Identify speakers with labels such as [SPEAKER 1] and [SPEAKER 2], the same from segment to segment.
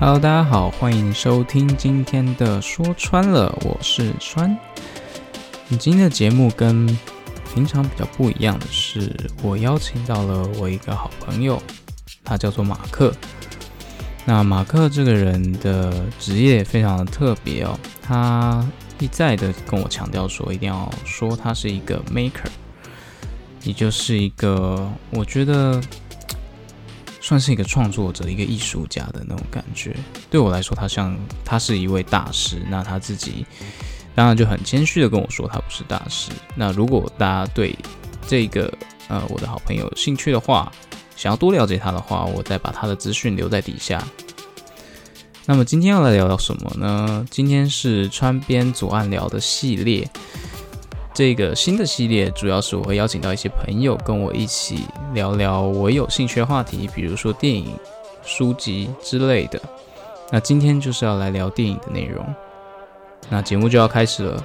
[SPEAKER 1] Hello，大家好，欢迎收听今天的《说穿了》，我是川。嗯今天的节目跟平常比较不一样的是，我邀请到了我一个好朋友，他叫做马克。那马克这个人的职业非常的特别哦，他一再的跟我强调说，一定要说他是一个 maker，也就是一个我觉得算是一个创作者、一个艺术家的那种感觉。对我来说，他像他是一位大师。那他自己当然就很谦虚的跟我说，他不是大师。那如果大家对这个呃我的好朋友有兴趣的话，想要多了解他的话，我再把他的资讯留在底下。那么今天要来聊聊什么呢？今天是川边左岸聊的系列，这个新的系列主要是我会邀请到一些朋友跟我一起聊聊我有兴趣的话题，比如说电影、书籍之类的。那今天就是要来聊电影的内容。那节目就要开始了。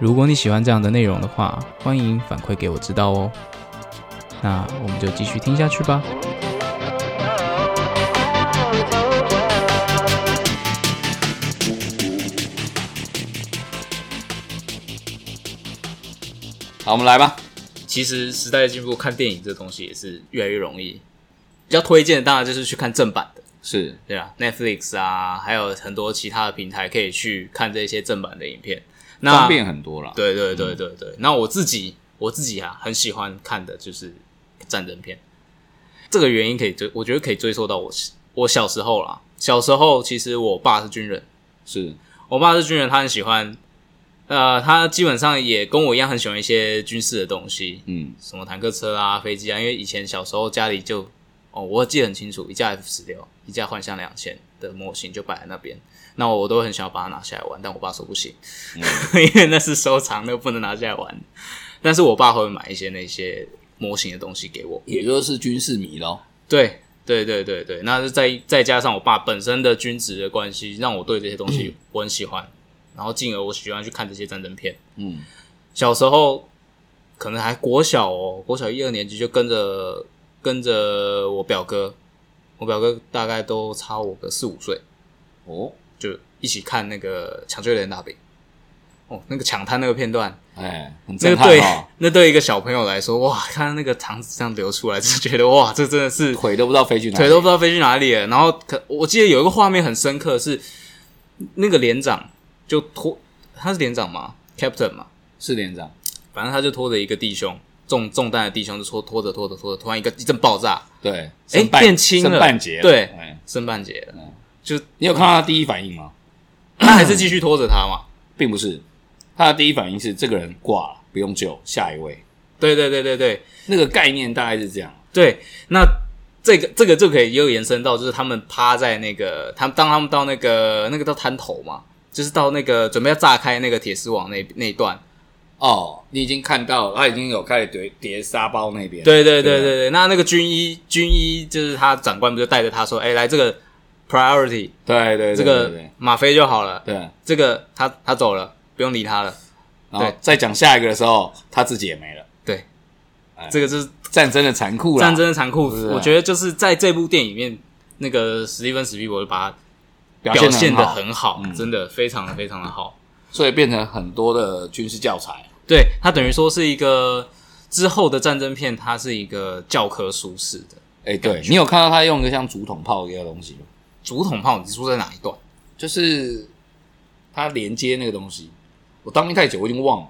[SPEAKER 1] 如果你喜欢这样的内容的话，欢迎反馈给我知道哦。那我们就继续听下去吧。
[SPEAKER 2] 好，我们来吧。
[SPEAKER 3] 其实时代的进步，看电影这东西也是越来越容易。比较推荐的当然就是去看正版的，
[SPEAKER 2] 是
[SPEAKER 3] 对啊，Netflix 啊，还有很多其他的平台可以去看这些正版的影片。那
[SPEAKER 2] 方便很多啦。
[SPEAKER 3] 对对对对对。那我自己我自己啊，很喜欢看的就是战争片。这个原因可以追，我觉得可以追溯到我我小时候啦。小时候其实我爸是军人，
[SPEAKER 2] 是
[SPEAKER 3] 我爸是军人，他很喜欢，呃，他基本上也跟我一样很喜欢一些军事的东西，
[SPEAKER 2] 嗯，
[SPEAKER 3] 什么坦克车啊、飞机啊，因为以前小时候家里就哦，我记得很清楚，一架 F 十六，一架幻象两千的模型就摆在那边，那我都很想要把它拿下来玩，但我爸说不行， 因为那是收藏，那个不能拿下来玩。但是我爸会买一些那些模型的东西给我，
[SPEAKER 2] 也就是军事迷咯。
[SPEAKER 3] 对对对对对，那是再再加上我爸本身的军职的关系，让我对这些东西我很喜欢，然后进而我喜欢去看这些战争片。
[SPEAKER 2] 嗯，
[SPEAKER 3] 小时候可能还国小哦，国小一二年级就跟着跟着我表哥，我表哥大概都差我个四五岁，
[SPEAKER 2] 哦，
[SPEAKER 3] 就一起看那个《抢救雷恩大兵》。哦，那个抢滩那个片段，
[SPEAKER 2] 哎，很
[SPEAKER 3] 那
[SPEAKER 2] 震
[SPEAKER 3] 个
[SPEAKER 2] 撼
[SPEAKER 3] 对
[SPEAKER 2] 哦，
[SPEAKER 3] 那对一个小朋友来说，哇，看到那个肠子这样流出来，就觉得哇，这真的是
[SPEAKER 2] 腿都不知道飞去哪里。
[SPEAKER 3] 腿都不知道飞去哪里了。然后可我记得有一个画面很深刻是，那个连长就拖，他是连长嘛，captain 嘛，
[SPEAKER 2] 是连长，
[SPEAKER 3] 反正他就拖着一个弟兄，中中弹的弟兄就拖拖着拖着拖着，突然一个一阵爆炸，
[SPEAKER 2] 对，
[SPEAKER 3] 哎、
[SPEAKER 2] 剩半
[SPEAKER 3] 变轻了，
[SPEAKER 2] 剩半截了。
[SPEAKER 3] 对，
[SPEAKER 2] 哎
[SPEAKER 3] 剩半截了，
[SPEAKER 2] 你有看到他第一反应吗？
[SPEAKER 3] 他 还是继续拖着他嘛。
[SPEAKER 2] 并不是，他的第一反应是这个人挂了，不用救，下一位。
[SPEAKER 3] 对对对对对
[SPEAKER 2] 那个概念大概是这样。
[SPEAKER 3] 对，那这个这个就可以又延伸到，就是他们趴在那个，他们当他们到那个那个到滩头嘛，就是到那个准备要炸开那个铁丝网那那一段，
[SPEAKER 2] 哦，你已经看到他已经有开始叠叠沙包那边。
[SPEAKER 3] 对对对
[SPEAKER 2] 不
[SPEAKER 3] 对对，那那个军医军医就是他长官不就带着他说，哎、来这个 priority
[SPEAKER 2] 对对对，
[SPEAKER 3] 这
[SPEAKER 2] 对对
[SPEAKER 3] 个吗啡就好了，
[SPEAKER 2] 对对，
[SPEAKER 3] 这个他他走了，不用理他了。
[SPEAKER 2] 然后
[SPEAKER 3] 对
[SPEAKER 2] 再讲下一个的时候，他自己也没了。
[SPEAKER 3] 对
[SPEAKER 2] 哎，
[SPEAKER 3] 这个就是
[SPEAKER 2] 战争的残酷啦，
[SPEAKER 3] 战争的残酷。
[SPEAKER 2] 是啊
[SPEAKER 3] 我觉得就是在这部电影里面，那个史蒂芬史皮伯就把它
[SPEAKER 2] 表
[SPEAKER 3] 表
[SPEAKER 2] 现
[SPEAKER 3] 现
[SPEAKER 2] 的
[SPEAKER 3] 的，很好，
[SPEAKER 2] 嗯
[SPEAKER 3] 真的非常的非常的好。
[SPEAKER 2] 所以变成很多的军事教材。
[SPEAKER 3] 对他等于说是一个之后的战争片，它是一个教科书式的
[SPEAKER 2] 哎、对你有看到他用一个像竹筒炮一样的东西吗？
[SPEAKER 3] 竹筒炮，你说在哪一段？
[SPEAKER 2] 就是他连接那个东西，我当兵太久，我已经忘了。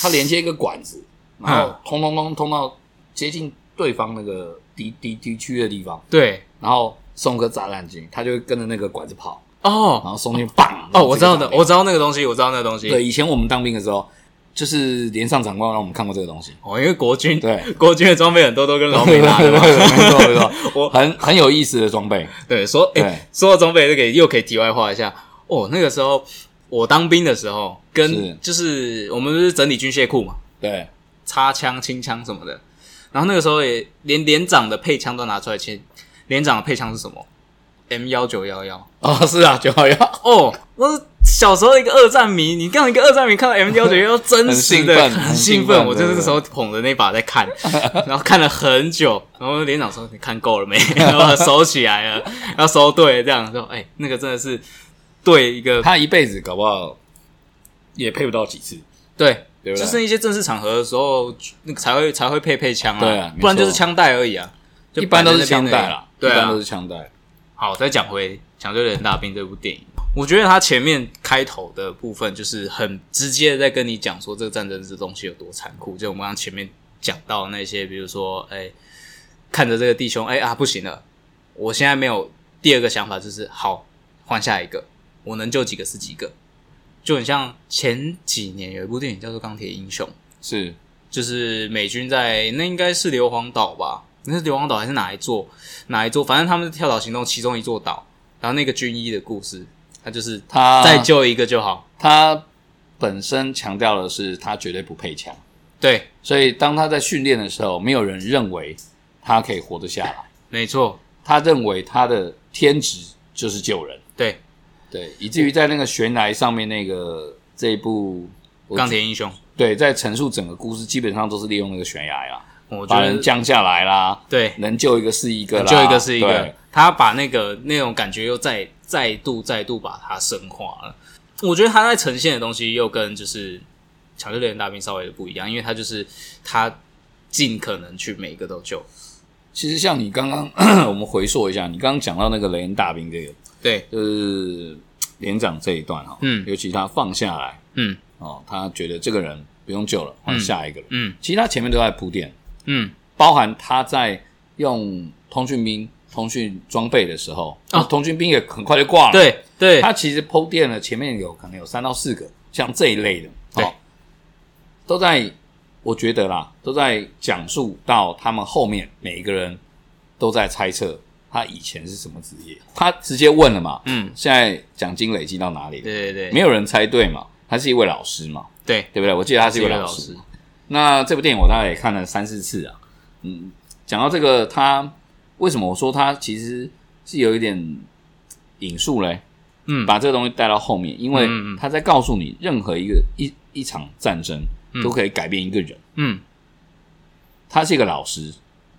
[SPEAKER 2] 他连接一个管子，然后
[SPEAKER 3] 嗯
[SPEAKER 2] 通通通通到接近对方那个敌敌敌区的地方，
[SPEAKER 3] 对
[SPEAKER 2] 然后送颗炸弹进去，他就会跟着那个管子跑，
[SPEAKER 3] 哦
[SPEAKER 2] 然后送进去，棒！
[SPEAKER 3] 哦，我知道的，
[SPEAKER 2] 然后
[SPEAKER 3] 我知道那个东西，我知道那个东
[SPEAKER 2] 这个炸弹对
[SPEAKER 3] 西。
[SPEAKER 2] 以前我们当兵的时候，就是连上长官让我们看过这个东西，
[SPEAKER 3] 哦，因为国军
[SPEAKER 2] 对，
[SPEAKER 3] 国军的装备很多都跟老美拿的嘛。
[SPEAKER 2] 没错没错，
[SPEAKER 3] 我
[SPEAKER 2] 很很有意思的装备。
[SPEAKER 3] 对，说诶、
[SPEAKER 2] 对
[SPEAKER 3] 说到装备，这个又可以题外话一下哦。那个时候我当兵的时候，跟
[SPEAKER 2] 是
[SPEAKER 3] 就是我们不是整理军械库嘛，
[SPEAKER 2] 对，
[SPEAKER 3] 擦枪、清枪什么的。然后那个时候也连连长的配枪都拿出来清，连长的配枪是什么？M 幺九幺幺
[SPEAKER 2] 哦，是啊，九幺幺，
[SPEAKER 3] 哦，我小时候一个二战迷，你刚一个二战迷看到 M 幺九 幺，真实的
[SPEAKER 2] 很兴奋
[SPEAKER 3] 很
[SPEAKER 2] 很
[SPEAKER 3] 兴
[SPEAKER 2] 兴
[SPEAKER 3] 奋，
[SPEAKER 2] 奋
[SPEAKER 3] 我就是那时候捧着那把在 看，然后看了很久，然后连长说你看够了没？ 然后把它收起来了，然后收对，这样说，哎、那个真的是对一个
[SPEAKER 2] 他一辈子搞不好也配不到几次，
[SPEAKER 3] 对。
[SPEAKER 2] 对不
[SPEAKER 3] 就
[SPEAKER 2] 对？
[SPEAKER 3] 是一些正式场合的时候，那个才会才会配配枪啊，
[SPEAKER 2] 对啊没
[SPEAKER 3] 不然就是
[SPEAKER 2] 错
[SPEAKER 3] 枪带而已啊，就
[SPEAKER 2] 一般都是
[SPEAKER 3] 摆在那
[SPEAKER 2] 枪
[SPEAKER 3] 边而已
[SPEAKER 2] 带啦，
[SPEAKER 3] 对
[SPEAKER 2] 一般
[SPEAKER 3] 啊
[SPEAKER 2] 都，是枪带。
[SPEAKER 3] 好，再讲回《抢救人大兵》这部电影，我觉得他前面开头的部分就是很直接的在跟你讲说这个战争这东西有多残酷，就我们刚刚前面讲到的那些，比如说，哎、看着这个弟兄，哎、啊，不行了，我现在没有第二个想法，就是好换下一个，我能救几个是几个，就很像前几年有一部电影叫做《钢铁英雄》，
[SPEAKER 2] 是
[SPEAKER 3] 就是美军在那应该是硫磺岛吧？那是硫磺岛还是哪一座？哪一座？反正他们是跳岛行动其中一座岛。然后那个军医的故事，他就是
[SPEAKER 2] 他
[SPEAKER 3] 再救一个就好。
[SPEAKER 2] 他本身强调的是他绝对不配枪，
[SPEAKER 3] 对，
[SPEAKER 2] 所以当他在训练的时候，没有人认为他可以活得下来。
[SPEAKER 3] 没错，
[SPEAKER 2] 他认为他的天职就是救人，
[SPEAKER 3] 对，
[SPEAKER 2] 对，以至于在那个悬崖上面那个这一部我
[SPEAKER 3] 钢铁英雄，
[SPEAKER 2] 对，在陈述整个故事，基本上都是利用那个悬崖啦，
[SPEAKER 3] 我觉
[SPEAKER 2] 把人
[SPEAKER 3] 得
[SPEAKER 2] 降下来啦，
[SPEAKER 3] 对，
[SPEAKER 2] 能救一个是一个啦，
[SPEAKER 3] 救一个是一个
[SPEAKER 2] 对，，
[SPEAKER 3] 他把那个那种感觉又再再度再度把它深化了。我觉得他在呈现的东西又跟就是《抢救猎人大兵》稍微的不一样，因为他就是他尽可能去每一个都救。
[SPEAKER 2] 其实像你刚刚， 我们回溯一下，你刚刚讲到那个雷恩大兵这个，
[SPEAKER 3] 对，
[SPEAKER 2] 就是连长这一段哈、哦，
[SPEAKER 3] 嗯
[SPEAKER 2] 尤其他放下来
[SPEAKER 3] 嗯
[SPEAKER 2] 哦，他觉得这个人不用救了，换下一个人。
[SPEAKER 3] 嗯
[SPEAKER 2] 其实他前面都在铺垫，
[SPEAKER 3] 嗯，
[SPEAKER 2] 包含他在用通讯兵、通讯装备的时候，
[SPEAKER 3] 啊
[SPEAKER 2] 啊，通讯兵也很快就挂了。，
[SPEAKER 3] 对对，
[SPEAKER 2] 他其实铺垫了前面有可能有三到四个像这一类的，
[SPEAKER 3] 对
[SPEAKER 2] 哦，都在我觉得啦，都在讲述到他们后面每一个人都在猜测他以前是什么职业。他直接问了嘛，
[SPEAKER 3] 嗯，
[SPEAKER 2] 现在奖金累积到哪里了？
[SPEAKER 3] 对对对，
[SPEAKER 2] 没有人猜对嘛，他是一位老师嘛，
[SPEAKER 3] 对，
[SPEAKER 2] 对不对？我记得他是一位老师。
[SPEAKER 3] 师，
[SPEAKER 2] 那这部电影我大概也看了三四次啊。嗯，讲到这个，他为什么我说他其实是有一点引述嘞？
[SPEAKER 3] 嗯，
[SPEAKER 2] 把这个东西带到后面，因为
[SPEAKER 3] 嗯嗯嗯
[SPEAKER 2] 他在告诉你，任何一个一一场战争都可以改变一个人。
[SPEAKER 3] 嗯，
[SPEAKER 2] 他是一个老师，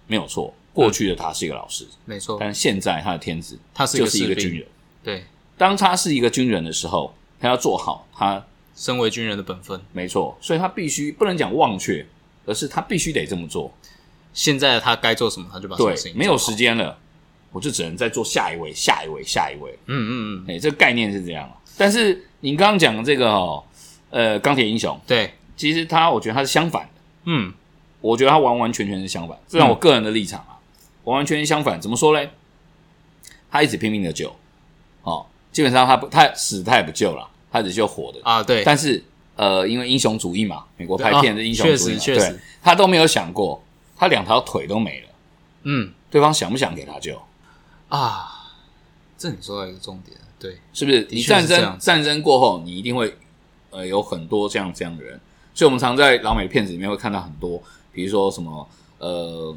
[SPEAKER 2] 没有错。
[SPEAKER 3] 嗯
[SPEAKER 2] 过去的他是一个老师，
[SPEAKER 3] 没错，
[SPEAKER 2] 但现在他的天职
[SPEAKER 3] 他是一
[SPEAKER 2] 就
[SPEAKER 3] 个
[SPEAKER 2] 是一个
[SPEAKER 3] 士兵
[SPEAKER 2] 军人。
[SPEAKER 3] 对，
[SPEAKER 2] 当他是一个军人的时候，他要做好他
[SPEAKER 3] 身为军人的本分，
[SPEAKER 2] 没错，所以他必须不能讲忘却，而是他必须得这么做。
[SPEAKER 3] 现在他该做什么，他就把什么
[SPEAKER 2] 对
[SPEAKER 3] 事情，做
[SPEAKER 2] 没有时间了，我就只能再做下一位、下一位、下一位。
[SPEAKER 3] 嗯嗯嗯，
[SPEAKER 2] 哎、这个概念是这样。但是你刚刚讲的这个哦，呃，钢铁英雄，
[SPEAKER 3] 对，
[SPEAKER 2] 其实他我觉得他是相反的，
[SPEAKER 3] 嗯
[SPEAKER 2] 我觉得他完完全全是相反。这让我个人的立场啊，完完全全相反。怎么说嘞？他一直拼命的救，哦，基本上他不他死他也不救了，他只救活的。
[SPEAKER 3] 啊，对，
[SPEAKER 2] 但是呃，因为英雄主义嘛，美国拍片
[SPEAKER 3] 哦
[SPEAKER 2] 是英雄
[SPEAKER 3] 确
[SPEAKER 2] 主义
[SPEAKER 3] 实
[SPEAKER 2] 嘛，
[SPEAKER 3] 确
[SPEAKER 2] 对
[SPEAKER 3] 实，
[SPEAKER 2] 他都没有想过，他两条腿都没了，
[SPEAKER 3] 嗯
[SPEAKER 2] 对方想不想给他救？
[SPEAKER 3] 啊，这你说到一个重点，对，
[SPEAKER 2] 是不是？
[SPEAKER 3] 确
[SPEAKER 2] 你
[SPEAKER 3] 是
[SPEAKER 2] 战
[SPEAKER 3] 这
[SPEAKER 2] 争
[SPEAKER 3] 样子
[SPEAKER 2] 战争过后，你一定会呃有很多这样这样的人，所以我们常在老美片子里面会看到很多，比如说什么呃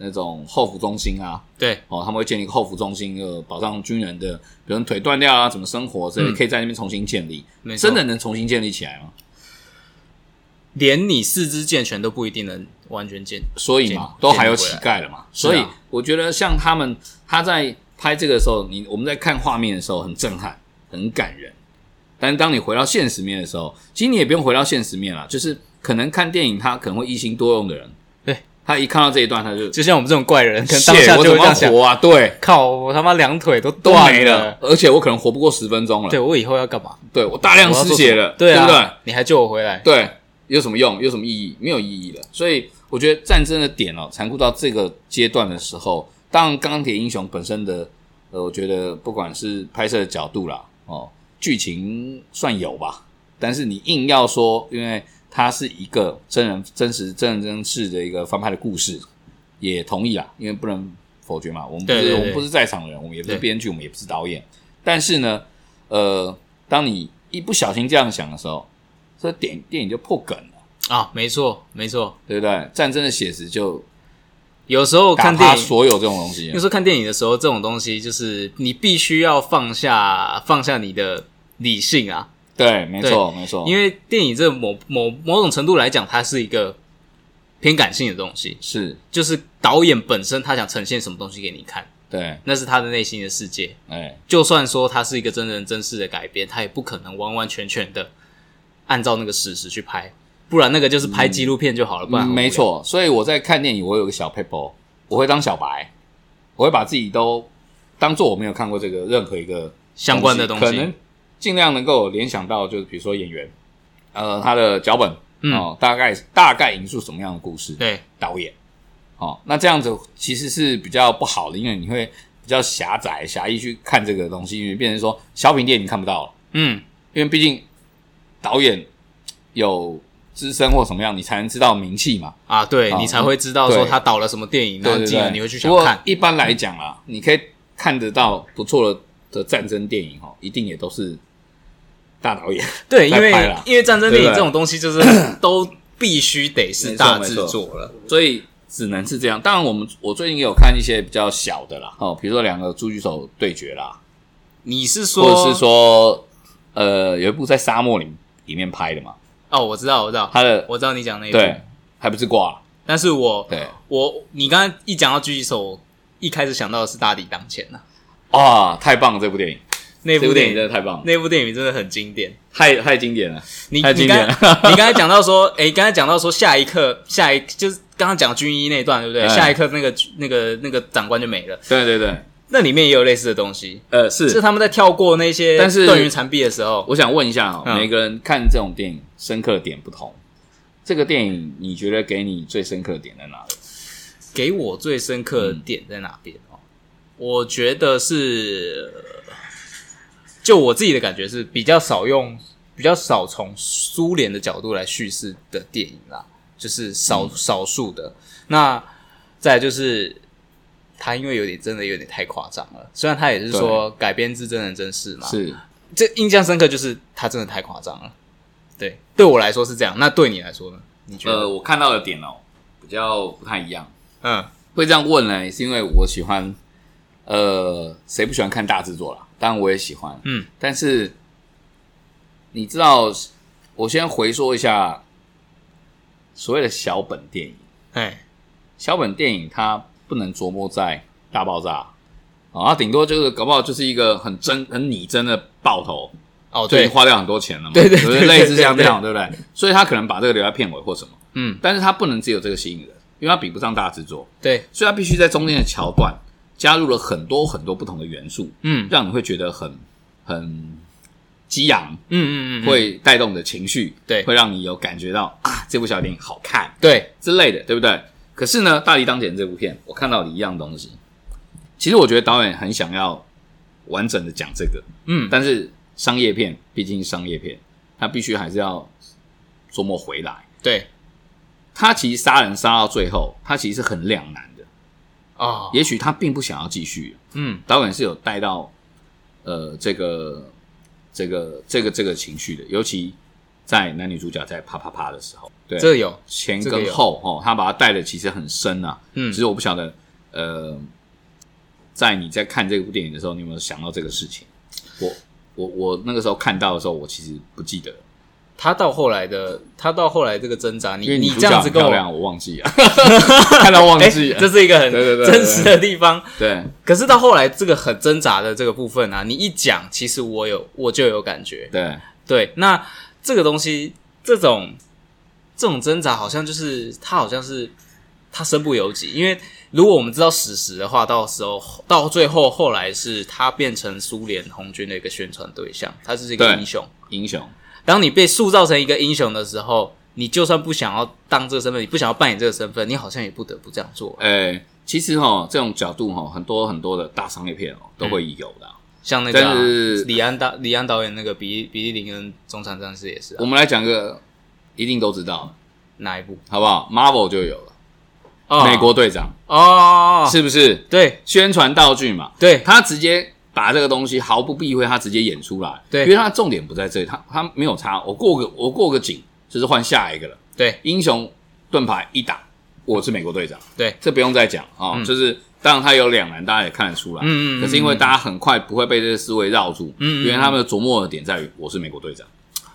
[SPEAKER 2] 那种后服中心啊，
[SPEAKER 3] 对，
[SPEAKER 2] 哦，他们会建立一个后服中心，呃，保障军人的，比如腿断掉啊，怎么生活之类的，
[SPEAKER 3] 嗯
[SPEAKER 2] 可以在那边重新建立。
[SPEAKER 3] 没错
[SPEAKER 2] 真的能重新建立起来吗？
[SPEAKER 3] 连你四肢健全都不一定能完全健，
[SPEAKER 2] 所以
[SPEAKER 3] 建
[SPEAKER 2] 嘛，
[SPEAKER 3] 立
[SPEAKER 2] 都还有
[SPEAKER 3] 建立
[SPEAKER 2] 乞
[SPEAKER 3] 回来
[SPEAKER 2] 丐了嘛。
[SPEAKER 3] 是啊
[SPEAKER 2] 所以我觉得像他们他在拍这个的时候，你我们在看画面的时候很震撼，很感人。但是当你回到现实面的时候，其实你也不用回到现实面了，就是可能看电影他可能会一心多用的人，
[SPEAKER 3] 对
[SPEAKER 2] 他一看到这一段他就
[SPEAKER 3] 就像我们这种怪人，可能当
[SPEAKER 2] Shit，
[SPEAKER 3] 下
[SPEAKER 2] 我
[SPEAKER 3] 就会
[SPEAKER 2] 怎么
[SPEAKER 3] 这样
[SPEAKER 2] 要
[SPEAKER 3] 想，
[SPEAKER 2] 活啊？对，
[SPEAKER 3] 靠，我他妈两腿都
[SPEAKER 2] 都
[SPEAKER 3] 断
[SPEAKER 2] 没了，，而且我可能活不过十分钟了，
[SPEAKER 3] 对我以后要干嘛？
[SPEAKER 2] 对我大量
[SPEAKER 3] 我要
[SPEAKER 2] 失
[SPEAKER 3] 做
[SPEAKER 2] 血
[SPEAKER 3] 什么
[SPEAKER 2] 了，
[SPEAKER 3] 对
[SPEAKER 2] 不对
[SPEAKER 3] 啊？，你还救我回来，
[SPEAKER 2] 对，有什么用？有什么意义？没有意义了。所以我觉得战争的点哦，残酷到这个阶段的时候，当然钢铁英雄本身的，呃，我觉得不管是拍摄的角度啦，哦，剧情算有吧，但是你硬要说，因为它是一个真人真实真人真事的一个翻拍的故事，也同意啦，因为不能否决嘛。我们不是
[SPEAKER 3] 对对对
[SPEAKER 2] 我们不是在场的人，我们也不是
[SPEAKER 3] 对
[SPEAKER 2] 编剧，我们也不是导演。但是呢，呃，当你一不小心这样想的时候，这点电影就破梗了，
[SPEAKER 3] 啊，没错没错，
[SPEAKER 2] 对不对？战争的写实就
[SPEAKER 3] 有时候
[SPEAKER 2] 打
[SPEAKER 3] 看电
[SPEAKER 2] 趴
[SPEAKER 3] 影。
[SPEAKER 2] 所有这种东西
[SPEAKER 3] 有。时候看电影的时候，这种东西就是你必须要放下放下你的理性啊，
[SPEAKER 2] 对，没错，没错，
[SPEAKER 3] 因
[SPEAKER 2] 为
[SPEAKER 3] 为电影这某某某种程度来讲，它是一个偏感性的东西，
[SPEAKER 2] 是
[SPEAKER 3] 就是导演本身他想呈现什么东西给你看，
[SPEAKER 2] 对，
[SPEAKER 3] 那是他的内心的世界。
[SPEAKER 2] 哎，
[SPEAKER 3] 就算说它是一个真人真事的改编，它也不可能完完全全的按照那个史实去拍，不然那个就是拍纪录片就好了，不然
[SPEAKER 2] 嗯
[SPEAKER 3] 很无聊
[SPEAKER 2] 没。错。所以我在看电影，我有个小 paper，我会当小白，我会把自己都当做我没有看过这个任何一个
[SPEAKER 3] 相关的东西
[SPEAKER 2] 可能尽量能够联想到，就是比如说演员，呃，他的脚本、
[SPEAKER 3] 嗯
[SPEAKER 2] 哦，大概大概引述什么样的故事，
[SPEAKER 3] 对，
[SPEAKER 2] 导演。哦，那这样子其实是比较不好的，因为你会比较狭窄、狭义去看这个东西，因为变成说小品电影看不到了，
[SPEAKER 3] 嗯，
[SPEAKER 2] 因为毕竟导演有资深或什么样，你才能知道名气嘛。
[SPEAKER 3] 啊，对
[SPEAKER 2] 好
[SPEAKER 3] 你才会知道说
[SPEAKER 2] 对
[SPEAKER 3] 他导了什么电影，然后
[SPEAKER 2] 对
[SPEAKER 3] 进
[SPEAKER 2] 对
[SPEAKER 3] 而
[SPEAKER 2] 对，
[SPEAKER 3] 你会去想
[SPEAKER 2] 不过
[SPEAKER 3] 看。
[SPEAKER 2] 一般来讲啦，你可以看得到不错的的战争电影哦，一定也都是大导演。
[SPEAKER 3] 对，因为
[SPEAKER 2] 在拍啦
[SPEAKER 3] 因为战争电影
[SPEAKER 2] 对不对
[SPEAKER 3] 这种东西就是 都必须得是大制作了。
[SPEAKER 2] 所以只能是这样。当然，我们我最近也有看一些比较小的啦，哦，比如说两个狙击手对决啦，
[SPEAKER 3] 你是说，
[SPEAKER 2] 或者是说，呃，有一部在沙漠里里面拍的嘛，
[SPEAKER 3] 哦，我知道，我知道，
[SPEAKER 2] 他的
[SPEAKER 3] 我知道你讲那一部，
[SPEAKER 2] 对，还不是挂了，
[SPEAKER 3] 但是我
[SPEAKER 2] 对
[SPEAKER 3] 我你刚刚一讲到狙击手，我一开始想到的是《大抵当前》呐，
[SPEAKER 2] 啊，太棒了！这部电影，
[SPEAKER 3] 那
[SPEAKER 2] 这
[SPEAKER 3] 部
[SPEAKER 2] 部
[SPEAKER 3] 电
[SPEAKER 2] 电影
[SPEAKER 3] 影
[SPEAKER 2] 真的太棒，了，
[SPEAKER 3] 那部电影真的很经典。
[SPEAKER 2] 太太经典了。
[SPEAKER 3] 你
[SPEAKER 2] 太
[SPEAKER 3] 你
[SPEAKER 2] 经
[SPEAKER 3] 刚
[SPEAKER 2] 典了
[SPEAKER 3] 你刚才讲到说，诶，刚才讲到说下一刻下一就是刚刚讲军医那一段，对不对？
[SPEAKER 2] 哎
[SPEAKER 3] 下一刻那个那个那个长官就没了，
[SPEAKER 2] 对对对，
[SPEAKER 3] 那里面也有类似的东西，
[SPEAKER 2] 呃，
[SPEAKER 3] 是
[SPEAKER 2] 是。
[SPEAKER 3] 他们在跳过那些
[SPEAKER 2] 但是
[SPEAKER 3] 断云残壁的时候，
[SPEAKER 2] 我想问一下哦，
[SPEAKER 3] 嗯
[SPEAKER 2] 每个人看这种电影深刻的点不同，这个电影你觉得给你最深刻的点在哪里？
[SPEAKER 3] 给我最深刻的点在哪边哦？我觉得是，呃就我自己的感觉是比较少用，比较少从苏联的角度来叙事的电影啦，就是少、
[SPEAKER 2] 嗯
[SPEAKER 3] 少数的。那再来就是他因为有点真的有点太夸张了，虽然他也是说改编自真人真事嘛，
[SPEAKER 2] 是
[SPEAKER 3] 这印象深刻就是他真的太夸张了。对，对我来说是这样，那对你来说呢？你觉得？
[SPEAKER 2] 呃，我看到的点哦，比较不太一样。
[SPEAKER 3] 嗯，
[SPEAKER 2] 会这样问呢，是因为我喜欢，呃，谁不喜欢看大制作啦？当然我也喜欢，
[SPEAKER 3] 嗯，
[SPEAKER 2] 但是你知道，我先回说一下所谓的小本电影。
[SPEAKER 3] 哎，
[SPEAKER 2] 小本电影它不能琢磨在大爆炸啊，它顶多就是搞不好就是一个很真很拟真的爆头，
[SPEAKER 3] 哦，
[SPEAKER 2] 就已
[SPEAKER 3] 对
[SPEAKER 2] 经，花掉很多钱了嘛，
[SPEAKER 3] 对对
[SPEAKER 2] 不
[SPEAKER 3] 对对
[SPEAKER 2] 类似像
[SPEAKER 3] 对
[SPEAKER 2] 这样，对不对？所以他可能把这个留在片尾或什么，
[SPEAKER 3] 嗯，
[SPEAKER 2] 但是他不能只有这个吸引人，因为他比不上大制作。
[SPEAKER 3] 对，
[SPEAKER 2] 所以它必须在中间的桥段加入了很多很多不同的元素，
[SPEAKER 3] 嗯
[SPEAKER 2] 让你会觉得很很激昂，
[SPEAKER 3] 嗯嗯嗯，
[SPEAKER 2] 会带动你的情绪，
[SPEAKER 3] 对
[SPEAKER 2] 会让你有感觉到啊，这部小电影好看
[SPEAKER 3] 对，
[SPEAKER 2] 之类的，对不对？可是呢，《大敌当前》这部片，我看到了一样东西。其实我觉得导演很想要完整的讲这个，
[SPEAKER 3] 嗯，
[SPEAKER 2] 但是商业片毕竟是商业片，它必须还是要琢磨回来。
[SPEAKER 3] 对
[SPEAKER 2] 他其实杀人杀到最后，他其实是很两难的。
[SPEAKER 3] 哦，
[SPEAKER 2] 也许他并不想要继续，
[SPEAKER 3] 嗯
[SPEAKER 2] 导演是有带到呃这个这个这个这个情绪的，尤其在男女主角在啪啪啪的时候，对，
[SPEAKER 3] 这有，
[SPEAKER 2] 前
[SPEAKER 3] 这个
[SPEAKER 2] 跟
[SPEAKER 3] 有
[SPEAKER 2] 后哦，他把它带的其实很深啊。
[SPEAKER 3] 嗯
[SPEAKER 2] 只是我不晓得，呃，在你在看这部电影的时候，你有没有想到这个事情？我我我那个时候看到的时候，我其实不记得了，
[SPEAKER 3] 他到后来的，他到后来这个挣扎，
[SPEAKER 2] 因为
[SPEAKER 3] 你
[SPEAKER 2] 女
[SPEAKER 3] 你
[SPEAKER 2] 主
[SPEAKER 3] 这
[SPEAKER 2] 角
[SPEAKER 3] 样子
[SPEAKER 2] 很
[SPEAKER 3] 跟
[SPEAKER 2] 漂
[SPEAKER 3] 我，
[SPEAKER 2] 亮，我忘记了， 看到忘
[SPEAKER 3] 哎，
[SPEAKER 2] 记了，
[SPEAKER 3] 这是一个很
[SPEAKER 2] 对对对对
[SPEAKER 3] 真实的地方。
[SPEAKER 2] 对
[SPEAKER 3] 可是到后来这个很挣扎的这个部分啊，你一讲，其实我有我就有感觉。
[SPEAKER 2] 对
[SPEAKER 3] 对，那这个东西，这种这种挣扎，好像就是他好像是他身不由己，因为如果我们知道史实的话，到时候到最后后来是他变成苏联红军的一个宣传对象，他是一个
[SPEAKER 2] 对
[SPEAKER 3] 英雄。
[SPEAKER 2] 英雄，
[SPEAKER 3] 当你被塑造成一个英雄的时候，你就算不想要当这个身份，你不想要扮演这个身份，你好像也不得不这样做。
[SPEAKER 2] 呃，其实哈、这种角度哈、很多很多的大商业片哦
[SPEAKER 3] 嗯
[SPEAKER 2] 都会有的啊、
[SPEAKER 3] 像那个啊、
[SPEAKER 2] 但是
[SPEAKER 3] 李安导李安导演那个比利比利林恩中场战士也是、啊
[SPEAKER 2] 我，们来讲个一定都知道的，
[SPEAKER 3] 哪一部？
[SPEAKER 2] 好不好？Marvel 就有了，
[SPEAKER 3] 哦
[SPEAKER 2] 美国队长
[SPEAKER 3] 哦，
[SPEAKER 2] 是不是
[SPEAKER 3] 对
[SPEAKER 2] 宣传道具嘛？
[SPEAKER 3] 对
[SPEAKER 2] 他直接把这个东西毫不避讳，他直接演出来。
[SPEAKER 3] 对
[SPEAKER 2] 因为他的重点不在这里，他他没有差。我过个我过个景，就是换下一个了。
[SPEAKER 3] 对
[SPEAKER 2] 英雄盾牌一打，我是美国队长，
[SPEAKER 3] 对
[SPEAKER 2] 这不用再讲啊、哦
[SPEAKER 3] 嗯
[SPEAKER 2] 就是当然它有两难，大家也看得出来。
[SPEAKER 3] 嗯嗯嗯
[SPEAKER 2] 可是因为大家很快不会被这些思维绕住，
[SPEAKER 3] 嗯嗯嗯
[SPEAKER 2] 因为他们的琢磨的点在于我是美国队长。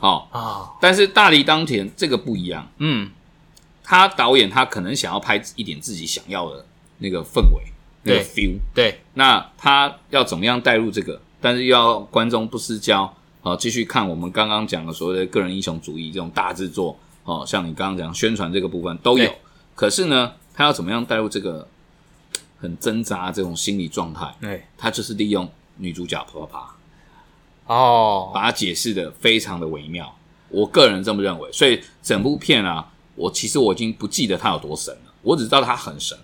[SPEAKER 2] 哦，
[SPEAKER 3] 啊，
[SPEAKER 2] 但是大敌当前这个不一样，
[SPEAKER 3] 嗯，
[SPEAKER 2] 他导演他可能想要拍一点自己想要的那个氛围，那个
[SPEAKER 3] 对
[SPEAKER 2] feel。
[SPEAKER 3] 对，
[SPEAKER 2] 那他要怎么样带入这个，但是又要观众不失焦，好、继续看我们刚刚讲的所谓的个人英雄主义这种大制作，哦，像你刚刚讲宣传这个部分都有
[SPEAKER 3] 对，
[SPEAKER 2] 可是呢，他要怎么样带入这个很挣扎这种心理状态，
[SPEAKER 3] 对，
[SPEAKER 2] 他就是利用女主角啪啪啪，
[SPEAKER 3] 哦，
[SPEAKER 2] 把它解释的非常的微妙，我个人这么认为，所以整部片啊，我其实我已经不记得它有多神了，我只知道它很神，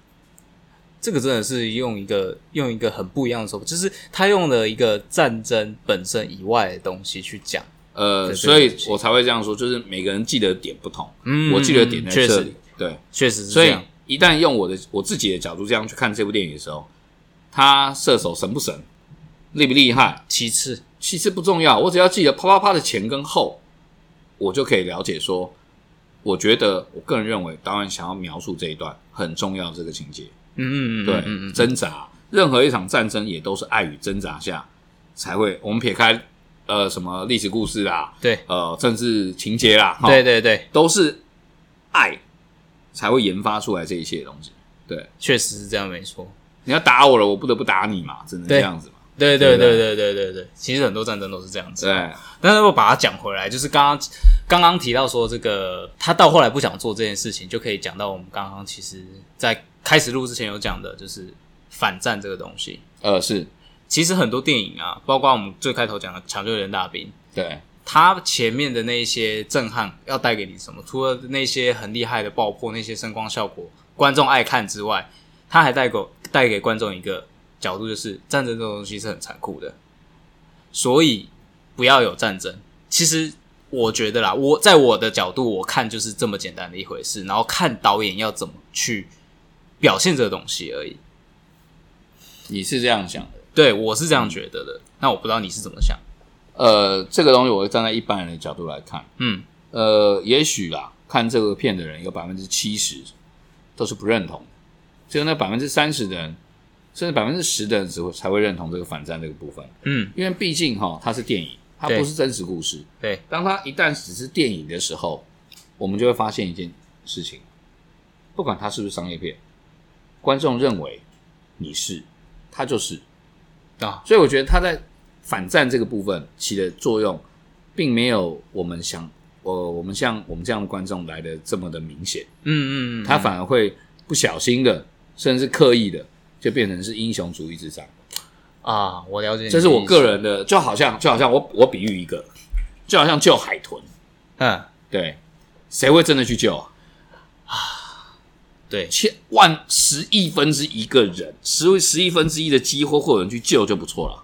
[SPEAKER 3] 这个真的是用一个用一个很不一样的手法，就是他用了一个战争本身以外的东西去讲。
[SPEAKER 2] 呃，
[SPEAKER 3] 对
[SPEAKER 2] 所
[SPEAKER 3] 对
[SPEAKER 2] 以
[SPEAKER 3] 对
[SPEAKER 2] 我才会这样说，就是每个人记得点不同。
[SPEAKER 3] 嗯
[SPEAKER 2] 我记得点在
[SPEAKER 3] 确
[SPEAKER 2] 这
[SPEAKER 3] 实
[SPEAKER 2] 里。对，
[SPEAKER 3] 确实是
[SPEAKER 2] 所
[SPEAKER 3] 这
[SPEAKER 2] 以
[SPEAKER 3] 样。
[SPEAKER 2] 一旦用我的我自己的角度这样去看这部电影的时候，他射手神不神，厉不厉害，
[SPEAKER 3] 其次，
[SPEAKER 2] 其实不重要，我只要记得啪啪啪的前跟后，我就可以了解说，我觉得我个人认为导演想要描述这一段很重要的这个情节，
[SPEAKER 3] 嗯嗯嗯，
[SPEAKER 2] 对，
[SPEAKER 3] 嗯嗯嗯，
[SPEAKER 2] 挣扎，任何一场战争也都是爱与挣扎下才会，我们撇开呃什么历史故事啊，
[SPEAKER 3] 对
[SPEAKER 2] 呃政治情节啦，哈
[SPEAKER 3] 对对对，
[SPEAKER 2] 都是爱才会研发出来这一切东西。对，
[SPEAKER 3] 确实是这样，没错。
[SPEAKER 2] 你要打我了，我不得不打你嘛，只能这
[SPEAKER 3] 对
[SPEAKER 2] 样子嘛。
[SPEAKER 3] 对对
[SPEAKER 2] 对
[SPEAKER 3] 对
[SPEAKER 2] 不
[SPEAKER 3] 对对对对，其实很多战争都是这样子。
[SPEAKER 2] 对，
[SPEAKER 3] 但是我把它讲回来，就是刚刚刚刚提到说，这个他到后来不想做这件事情，就可以讲到我们刚刚其实在开始录之前有讲的，就是反战这个东西。
[SPEAKER 2] 呃，是
[SPEAKER 3] 其实很多电影啊，包括我们最开头讲的《抢救人大兵》，
[SPEAKER 2] 对，
[SPEAKER 3] 它前面的那一些震撼要带给你什么？除了那些很厉害的爆破、那些声光效果，观众爱看之外，它还带给带给观众一个角度，就是战争这种东西是很残酷的，所以不要有战争。其实我觉得啦，我在我的角度我看就是这么简单的一回事，然后看导演要怎么去表现这个东西而已。
[SPEAKER 2] 你是这样想的。
[SPEAKER 3] 对我是这样觉得的，那我不知道你是怎么想。
[SPEAKER 2] 呃，这个东西我会站在一般人的角度来看，
[SPEAKER 3] 嗯，
[SPEAKER 2] 呃，也许啦，看这个片的人有百分之七十都是不认同的，只有那百分之三十的人，甚至百分之十的人只会才会认同这个反战这个部分，
[SPEAKER 3] 嗯，
[SPEAKER 2] 因为毕竟哈，它是电影，它
[SPEAKER 3] 对
[SPEAKER 2] 不是真实故事。
[SPEAKER 3] 对，
[SPEAKER 2] 当它一旦只是电影的时候，我们就会发现一件事情：不管它是不是商业片，观众认为你是，它就是
[SPEAKER 3] 啊。
[SPEAKER 2] 所以我觉得它在反战这个部分起的作用，并没有我们想，呃我我们像我们这样的观众来的这么的明显。
[SPEAKER 3] 嗯嗯嗯，
[SPEAKER 2] 他反而会不小心的，甚至刻意的，就变成是英雄主义之战。
[SPEAKER 3] 啊，我了解你的意思，
[SPEAKER 2] 这是我个人的，就好像就好像我我比喻一个，就好像救海豚，
[SPEAKER 3] 嗯，
[SPEAKER 2] 对，谁会真的去救啊？
[SPEAKER 3] 对，
[SPEAKER 2] 千万十亿分之一个人，十十亿分之一的机会会有人去救就不错了。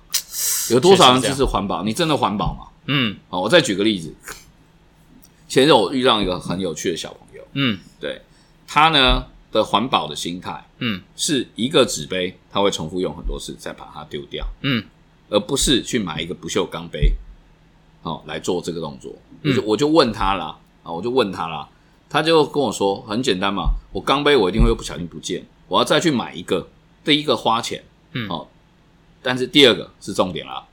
[SPEAKER 2] 有多少人支持环保？你真的环保吗？
[SPEAKER 3] 嗯
[SPEAKER 2] 好，我再举个例子。前阵我遇到一个很有趣的小朋友，
[SPEAKER 3] 嗯
[SPEAKER 2] 对他呢的环保的心态
[SPEAKER 3] 嗯
[SPEAKER 2] 是一个纸杯，他会重复用很多次，再把它丢掉，
[SPEAKER 3] 嗯
[SPEAKER 2] 而不是去买一个不锈钢杯，哦，来做这个动作。我就我就问他啦，啊，我就问他啦，他就跟我说很简单嘛，我钢杯我一定会不小心不见，我要再去买一个，第一个花钱，
[SPEAKER 3] 嗯
[SPEAKER 2] 哦，但是第二个是重点啦，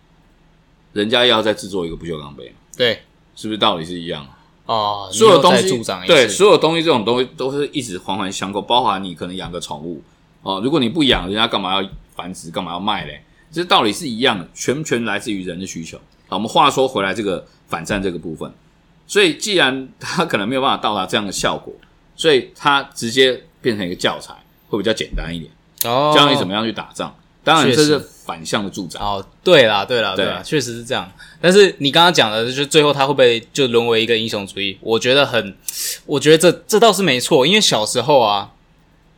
[SPEAKER 2] 人家要再制作一个不锈钢杯，
[SPEAKER 3] 对，
[SPEAKER 2] 是不是道理是一样？
[SPEAKER 3] 哦，
[SPEAKER 2] 所有东西
[SPEAKER 3] 你又再助长一次
[SPEAKER 2] 对，所有东西这种东西都是一直环环相扣，包含你可能养个宠物哦，如果你不养，人家干嘛要繁殖，干嘛要卖嘞？这道理是一样的，全全来自于人的需求。好，我们话说回来，这个反战这个部分，所以既然他 可能没有办法到达这样的效果，所以他直接变成一个教材，会比较简单一点，
[SPEAKER 3] 哦，
[SPEAKER 2] 教你怎么样去打仗。当然，
[SPEAKER 3] 确
[SPEAKER 2] 这
[SPEAKER 3] 实
[SPEAKER 2] 是反向的助长。
[SPEAKER 3] 哦，对啦，对啦，
[SPEAKER 2] 对
[SPEAKER 3] 对啦，确实是这样。但是你刚刚讲的，就是最后他会不会就沦为一个英雄主义？我觉得很，我觉得这这倒是没错，因为小时候啊，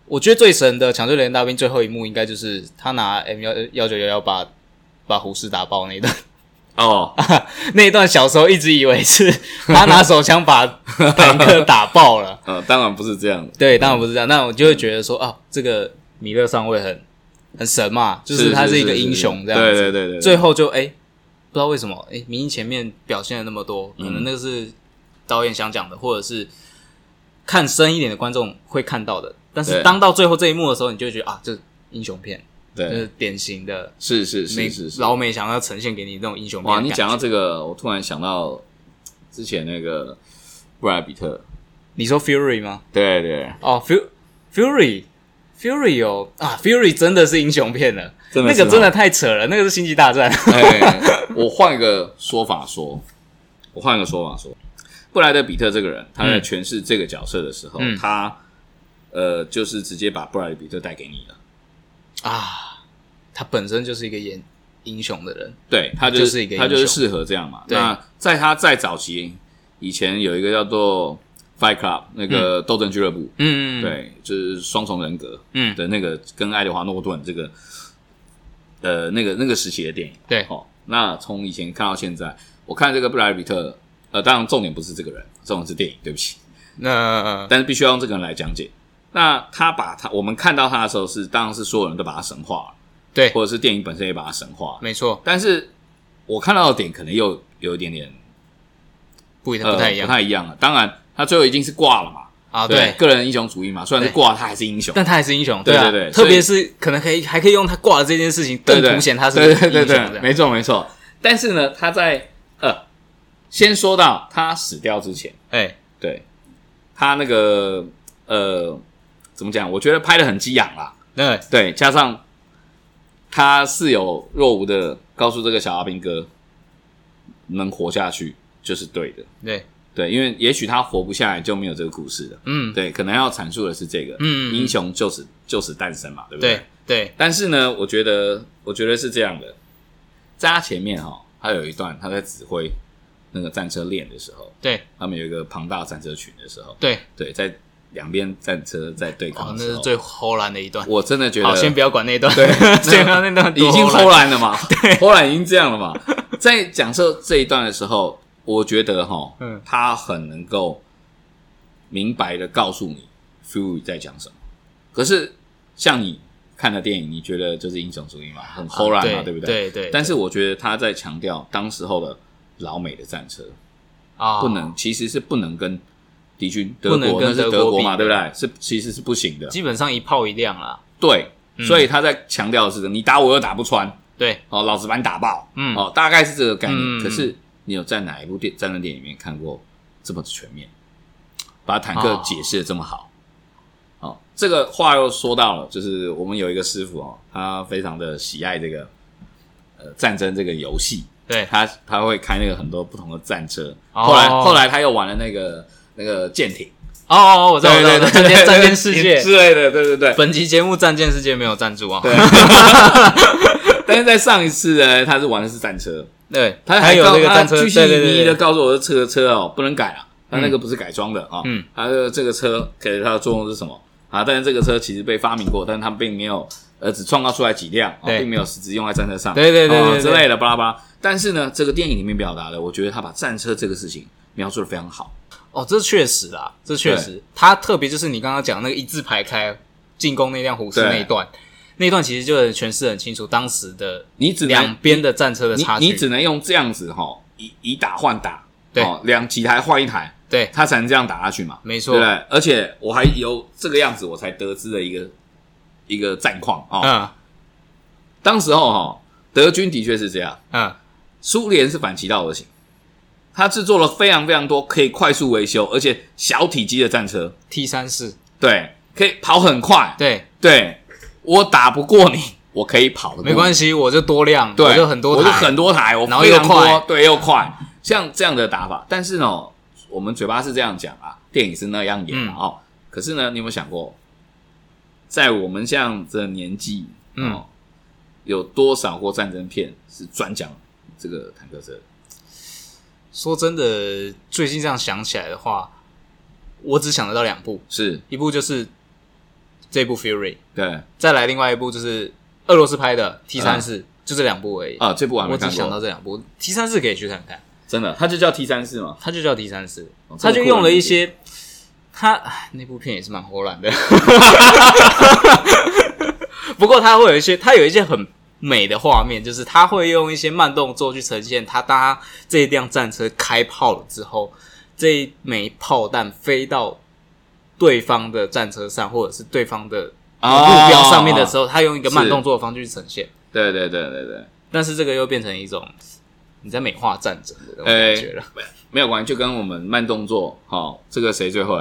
[SPEAKER 3] 我觉得最神的《抢救连大兵》最后一幕应该就是他拿 M 幺幺九幺幺把把胡适打爆那一段，
[SPEAKER 2] 哦，
[SPEAKER 3] 那一段小时候一直以为是他拿手枪把 坦克打爆了。
[SPEAKER 2] 呃，当然不是这样的。
[SPEAKER 3] 对，当然不是这样，那我就会觉得说，啊，这个米勒上尉很很神嘛，就是他是一个英雄这样子。
[SPEAKER 2] 对对对对，
[SPEAKER 3] 最后就哎、不知道为什么哎，明明前面表现了那么多，可
[SPEAKER 2] 嗯
[SPEAKER 3] 能那个是导演想讲的，或者是看深一点的观众会看到的，但是
[SPEAKER 2] 对
[SPEAKER 3] 当到最后这一幕的时候，你就会觉得啊，这英雄片，就是
[SPEAKER 2] 对，
[SPEAKER 3] 典型的
[SPEAKER 2] 是是
[SPEAKER 3] 美
[SPEAKER 2] 是是是。
[SPEAKER 3] 老美想要呈现给你那种英雄片
[SPEAKER 2] 哇，
[SPEAKER 3] 的感觉。
[SPEAKER 2] 你讲到这个，我突然想到之前那个布莱德比特，
[SPEAKER 3] 你说 Fury 吗？
[SPEAKER 2] 对对，
[SPEAKER 3] 哦，Fu-，Fury。Fury 有啊，Fury 真的是英雄片了，
[SPEAKER 2] 真的
[SPEAKER 3] 那
[SPEAKER 2] 是
[SPEAKER 3] 个
[SPEAKER 2] 哦
[SPEAKER 3] 真的太扯了，那个是星际大战。
[SPEAKER 2] 哎，我换一个说法说，我换一个说法说，布莱德比特这个人，他在
[SPEAKER 3] 嗯
[SPEAKER 2] 诠释这个角色的时候，
[SPEAKER 3] 嗯
[SPEAKER 2] 他呃，就是直接把布莱德比特带给你了。
[SPEAKER 3] 啊，他本身就是一个演英雄的人，
[SPEAKER 2] 对他
[SPEAKER 3] 就是是一个英雄
[SPEAKER 2] 他就是适合这样嘛。
[SPEAKER 3] 对
[SPEAKER 2] 那在他再早期以前有一个叫做 Fight Club 那个斗争俱乐部，
[SPEAKER 3] 嗯，，
[SPEAKER 2] 对，就是双重人格
[SPEAKER 3] 嗯，
[SPEAKER 2] 的那个跟爱德华诺顿这个呃那个那个时期的电影。
[SPEAKER 3] 对，
[SPEAKER 2] 哦，那从以前看到现在，我看这个布莱德比特，呃，当然重点不是这个人，重点是电影，对不起，
[SPEAKER 3] 嗯那
[SPEAKER 2] 但是必须要用这个人来讲解。那他把他，我们看到他的时候是，当然是所有人都把他神化了，
[SPEAKER 3] 对，
[SPEAKER 2] 或者是电影本身也把他神化了。
[SPEAKER 3] 没错，
[SPEAKER 2] 但是我看到的点可能又有一点点
[SPEAKER 3] 不一定
[SPEAKER 2] 呃
[SPEAKER 3] 不太一样
[SPEAKER 2] 不太一样了。当然，他最后一定是挂了嘛，
[SPEAKER 3] 啊，
[SPEAKER 2] 对，
[SPEAKER 3] 对，
[SPEAKER 2] 个人英雄主义嘛，虽然是
[SPEAKER 3] 对
[SPEAKER 2] 挂，他还是英雄。
[SPEAKER 3] 但他还是英雄，
[SPEAKER 2] 对
[SPEAKER 3] 啊，
[SPEAKER 2] 对对所
[SPEAKER 3] 特
[SPEAKER 2] 以
[SPEAKER 3] 别是可能可以还可以用他挂的这件事情更
[SPEAKER 2] 对对
[SPEAKER 3] 凸显他是英
[SPEAKER 2] 对
[SPEAKER 3] 雄
[SPEAKER 2] 对对
[SPEAKER 3] 这
[SPEAKER 2] 对，
[SPEAKER 3] 样
[SPEAKER 2] 没错没错。但是呢，他在呃，先说到他死掉之前，
[SPEAKER 3] 哎，
[SPEAKER 2] 对他那个呃，怎么讲？我觉得拍的很激昂啦。
[SPEAKER 3] 那
[SPEAKER 2] 对，加上他似有若无的告诉这个小阿兵哥，能活下去就是对的。
[SPEAKER 3] 对，
[SPEAKER 2] 对，因为也许他活不下来就没有这个故事了。
[SPEAKER 3] 嗯，
[SPEAKER 2] 对，可能要阐述的是这个，
[SPEAKER 3] 嗯嗯嗯
[SPEAKER 2] 英雄就此就此诞生嘛，对不对
[SPEAKER 3] 对对，
[SPEAKER 2] 但是呢，我觉得，我觉得是这样的，在他前面哈、他有一段他在指挥那个战车练的时候，
[SPEAKER 3] 对
[SPEAKER 2] 他们有一个庞大的战车群的时候，
[SPEAKER 3] 对，
[SPEAKER 2] 对，在两边战车在对
[SPEAKER 3] 哦，
[SPEAKER 2] 抗
[SPEAKER 3] 那
[SPEAKER 2] 的时
[SPEAKER 3] 是
[SPEAKER 2] 候，
[SPEAKER 3] 最齁烂的一段。
[SPEAKER 2] 我真的觉得
[SPEAKER 3] 好，先不要管那一 段，
[SPEAKER 2] 对
[SPEAKER 3] 先不要那段多
[SPEAKER 2] 已经
[SPEAKER 3] 齁
[SPEAKER 2] 偷懒了 嘛，偷懒已经这样了嘛。在讲述这一段的时候，我觉得哈、
[SPEAKER 3] 嗯
[SPEAKER 2] 他很能够明白的告诉你 Fury 在讲什么。可是像你看的电影，你觉得就是英雄主义嘛，很偷懒嘛，
[SPEAKER 3] 啊对
[SPEAKER 2] 不
[SPEAKER 3] 对？对，
[SPEAKER 2] 但是我觉得他在强调当时候的老美的战车
[SPEAKER 3] 啊，
[SPEAKER 2] 不，能，其实是不能跟敌军德
[SPEAKER 3] 不能
[SPEAKER 2] 国，
[SPEAKER 3] 跟
[SPEAKER 2] 那是
[SPEAKER 3] 德国
[SPEAKER 2] 德国嘛，
[SPEAKER 3] 比
[SPEAKER 2] 对不对？是其实是不行的。
[SPEAKER 3] 基本上一炮一亮啦。
[SPEAKER 2] 对，
[SPEAKER 3] 嗯
[SPEAKER 2] 所以他在强调的是，你打我又打不穿。
[SPEAKER 3] 对，
[SPEAKER 2] 哦，老子把你打爆，
[SPEAKER 3] 嗯
[SPEAKER 2] 哦，大概是这个概念。
[SPEAKER 3] 嗯
[SPEAKER 2] 可是你有在哪一部电战争电影里面看过这么全面，把坦克解释的这么好？哦，这个话又说到了，就是我们有一个师傅哦，他非常的喜爱这个呃战争这个游戏，
[SPEAKER 3] 对，
[SPEAKER 2] 他他会开那个很多不同的战车，
[SPEAKER 3] 哦
[SPEAKER 2] 后来后来他又玩了那个那个舰艇，
[SPEAKER 3] 哦哦，我知道，我知道，我知道战舰战舰世界。
[SPEAKER 2] 之类的，对对对。
[SPEAKER 3] 本集节目《战舰世界》没有赞助啊，
[SPEAKER 2] 对但是在上一次呢，他是玩的是战车，
[SPEAKER 3] 对，
[SPEAKER 2] 他
[SPEAKER 3] 还有
[SPEAKER 2] 告
[SPEAKER 3] 那个
[SPEAKER 2] 他
[SPEAKER 3] 战车，
[SPEAKER 2] 居
[SPEAKER 3] 对
[SPEAKER 2] 心
[SPEAKER 3] 对
[SPEAKER 2] 靡靡
[SPEAKER 3] 对
[SPEAKER 2] 的
[SPEAKER 3] 对，
[SPEAKER 2] 告诉我的这个车哦，不能改啊，他那个不是改装的啊，
[SPEAKER 3] 嗯，
[SPEAKER 2] 他的这个车给它的作用是什么啊？但是这个车其实被发明过，但是他并没有呃只创造出来几辆，啊
[SPEAKER 3] 对
[SPEAKER 2] 并没有实质用在战车上，
[SPEAKER 3] 对对对
[SPEAKER 2] 啊
[SPEAKER 3] 对对
[SPEAKER 2] 之类的巴拉巴拉。但是呢，这个电影里面表达的，我觉得他把战车这个事情描述的非常好，
[SPEAKER 3] 哦，这确实啦，这确实，他特别就是你刚刚讲那个一字排开进攻那辆虎式
[SPEAKER 2] 对
[SPEAKER 3] 那一段，那一段其实就很诠释很清楚当时的
[SPEAKER 2] 你只
[SPEAKER 3] 两
[SPEAKER 2] 能
[SPEAKER 3] 边的战车的
[SPEAKER 2] 你
[SPEAKER 3] 差距，
[SPEAKER 2] 你只能用这样子哈，以以打换打，
[SPEAKER 3] 对
[SPEAKER 2] 哦，两几台换一台，
[SPEAKER 3] 对，
[SPEAKER 2] 他才能这样打下去嘛。
[SPEAKER 3] 没错
[SPEAKER 2] 对不，对？而且我还由这个样子，我才得知了一个一个战况啊、哦
[SPEAKER 3] 嗯
[SPEAKER 2] 当时候哈、哦，德军的确是这样，
[SPEAKER 3] 嗯，
[SPEAKER 2] 苏联是反其道而行，他制作了非常非常多可以快速维修，而且小体积的战车，
[SPEAKER 3] ，T 三四，
[SPEAKER 2] 对，可以跑很快。
[SPEAKER 3] 对，
[SPEAKER 2] 对，我打不过你，我可以跑得过你
[SPEAKER 3] 没关，系，我就多辆，
[SPEAKER 2] 对，
[SPEAKER 3] 哦我就很多
[SPEAKER 2] 我
[SPEAKER 3] 台，
[SPEAKER 2] 就很多台，我
[SPEAKER 3] 然后
[SPEAKER 2] 非常
[SPEAKER 3] 又快
[SPEAKER 2] 多对，又快，像这样的打法。但是呢，我们嘴巴是这样讲啊，电影是那样演啊、
[SPEAKER 3] 嗯
[SPEAKER 2] 哦。可是呢，你有没有想过，在我们这样的年纪，
[SPEAKER 3] 嗯
[SPEAKER 2] 哦，有多少过战争片是专讲这个坦克车的？
[SPEAKER 3] 说真的，最近这样想起来的话，我只想得到两部，
[SPEAKER 2] 是
[SPEAKER 3] 一部就是这部 Fury，
[SPEAKER 2] 对
[SPEAKER 3] 再来另外一部就是俄罗斯拍的 T 三四，就这两部而已。
[SPEAKER 2] 嗯啊，这部我还
[SPEAKER 3] 我
[SPEAKER 2] 没
[SPEAKER 3] 只
[SPEAKER 2] 看
[SPEAKER 3] 想到
[SPEAKER 2] 过，
[SPEAKER 3] 这两部 T 三四可以去看看，
[SPEAKER 2] 真的，它就叫 T 三四嘛。
[SPEAKER 3] 它就叫 T 三四
[SPEAKER 2] 哦，
[SPEAKER 3] 它就
[SPEAKER 2] 这么酷的
[SPEAKER 3] 用了
[SPEAKER 2] 名
[SPEAKER 3] 一
[SPEAKER 2] 字
[SPEAKER 3] 些，它唉那部片也是蛮胡乱的， 不过它会有一些，它有一些很美的画面，就是它会用一些慢动作去呈现它当它这一辆战车开炮了之后，这一枚炮弹飞到对方的战车上，或者是对方的
[SPEAKER 2] 哦
[SPEAKER 3] 目标上面的时候，他用一个慢动作的方式去呈现，
[SPEAKER 2] 对对对对对，
[SPEAKER 3] 但是这个又变成一种你在美化战争的那种感觉了。
[SPEAKER 2] 没有关系，就跟我们慢动作，好，这个谁最会？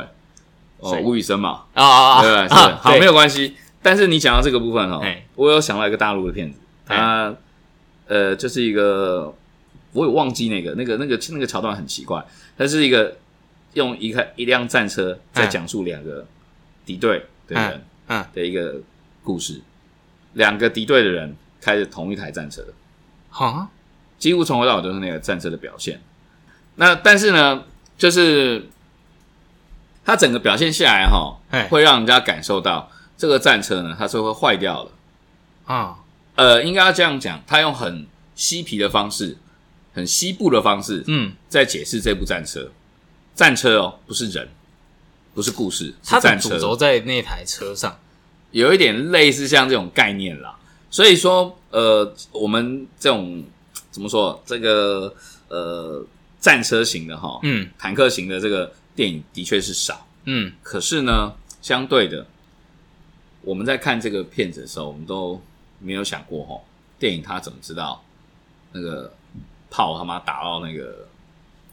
[SPEAKER 2] 哦，
[SPEAKER 3] 谁
[SPEAKER 2] 吴宇森嘛，
[SPEAKER 3] 啊啊啊！
[SPEAKER 2] 哎对不对？是
[SPEAKER 3] 啊
[SPEAKER 2] 好，
[SPEAKER 3] 对
[SPEAKER 2] 没有关系。但是你讲到这个部分哦
[SPEAKER 3] 哎，
[SPEAKER 2] 我有想到一个大陆的片子，它呃，就是一个我有忘记那个那个那个那个桥段很奇怪，它是一个用一个一辆战车在
[SPEAKER 3] 哎
[SPEAKER 2] 讲述两个敌对的人
[SPEAKER 3] 哎嗯
[SPEAKER 2] 的一个故事，两个敌对的人开着同一台战车，
[SPEAKER 3] 哈，
[SPEAKER 2] 几乎从头到尾都是那个战车的表现。那但是呢，就是它整个表现下来哈
[SPEAKER 3] 哎，
[SPEAKER 2] 会让人家感受到这个战车呢，它是会坏掉的。
[SPEAKER 3] 啊，
[SPEAKER 2] 呃，应该要这样讲，他用很嬉皮的方式，很西部的方式，
[SPEAKER 3] 嗯，
[SPEAKER 2] 在解释这部战车。战车哦，不是人，不是故事，是
[SPEAKER 3] 他的
[SPEAKER 2] 战
[SPEAKER 3] 主
[SPEAKER 2] 车。
[SPEAKER 3] 轴在那台车上，
[SPEAKER 2] 有一点类似像这种概念啦。所以说，呃，我们这种怎么说，这个呃战车型的哈，
[SPEAKER 3] 嗯
[SPEAKER 2] 坦克型的这个电影的确是少，
[SPEAKER 3] 嗯，
[SPEAKER 2] 可是呢，相对的，我们在看这个片子的时候，我们都没有想过哈，电影它怎么知道那个炮他妈打到那个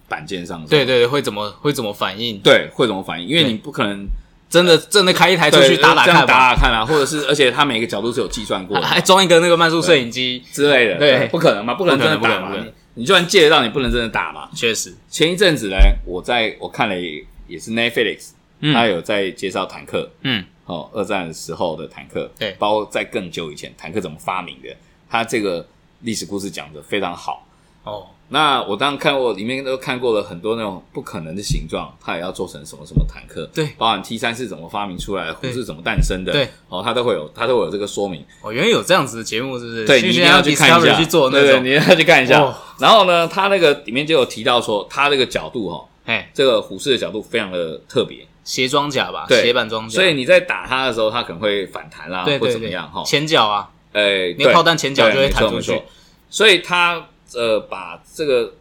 [SPEAKER 2] 板件上的时候
[SPEAKER 3] 对对，对会怎么会怎么反应？
[SPEAKER 2] 对会怎么反应？因为你不可能
[SPEAKER 3] 真的真的开一台出
[SPEAKER 2] 对
[SPEAKER 3] 去打打
[SPEAKER 2] 这样
[SPEAKER 3] 看吧，
[SPEAKER 2] 打打看啊，或者是而且它每个角度是有计算过
[SPEAKER 3] 还
[SPEAKER 2] 的，
[SPEAKER 3] 还装一个那个慢速摄影机，
[SPEAKER 2] 之类的，
[SPEAKER 3] 对
[SPEAKER 2] 不可能嘛，不可能真的打
[SPEAKER 3] 不可
[SPEAKER 2] 嘛
[SPEAKER 3] 能不可能不可能，
[SPEAKER 2] 你你就算借得到，你不能真的打嘛。
[SPEAKER 3] 确实，
[SPEAKER 2] 前一阵子呢，我在我看了也也是 Netflix，他有在介绍坦克，
[SPEAKER 3] 嗯，
[SPEAKER 2] 哦，二战的时候的坦克，
[SPEAKER 3] 对
[SPEAKER 2] 包括在更久以前坦克怎么发明的，他这个历史故事讲的非常好。
[SPEAKER 3] 哦，
[SPEAKER 2] 那我当然看过，里面都看过了很多那种不可能的形状，它也要做成什么什么坦克，
[SPEAKER 3] 对
[SPEAKER 2] 包含 T 三是怎么发明出来的，虎
[SPEAKER 3] 对
[SPEAKER 2] 是怎么诞生的，
[SPEAKER 3] 对，
[SPEAKER 2] 哦，它都会有，它都会有这个说明。
[SPEAKER 3] 哦，原来有这样子的节目，是不是？
[SPEAKER 2] 对，
[SPEAKER 3] 去
[SPEAKER 2] 你一定
[SPEAKER 3] 现在
[SPEAKER 2] 要去看一
[SPEAKER 3] Discovery
[SPEAKER 2] 下，
[SPEAKER 3] 去做那
[SPEAKER 2] 对对，
[SPEAKER 3] 种，
[SPEAKER 2] 你一定要去看一下
[SPEAKER 3] 哦。
[SPEAKER 2] 然后呢，他那个里面就有提到说，他这个角度哦，
[SPEAKER 3] 哎，
[SPEAKER 2] 这个虎式的角度非常的特别，
[SPEAKER 3] 斜装甲吧，
[SPEAKER 2] 对
[SPEAKER 3] 斜板装甲，
[SPEAKER 2] 所以你在打他的时候，他可能会反弹啦，
[SPEAKER 3] 嗯对
[SPEAKER 2] 或
[SPEAKER 3] 对
[SPEAKER 2] 怎么
[SPEAKER 3] 对
[SPEAKER 2] 样哈，。
[SPEAKER 3] 前脚啊，
[SPEAKER 2] 哎，
[SPEAKER 3] 你的
[SPEAKER 2] 对
[SPEAKER 3] 炮弹前脚就会弹出。
[SPEAKER 2] 对没错没
[SPEAKER 3] 去
[SPEAKER 2] 错，所以他呃，把这个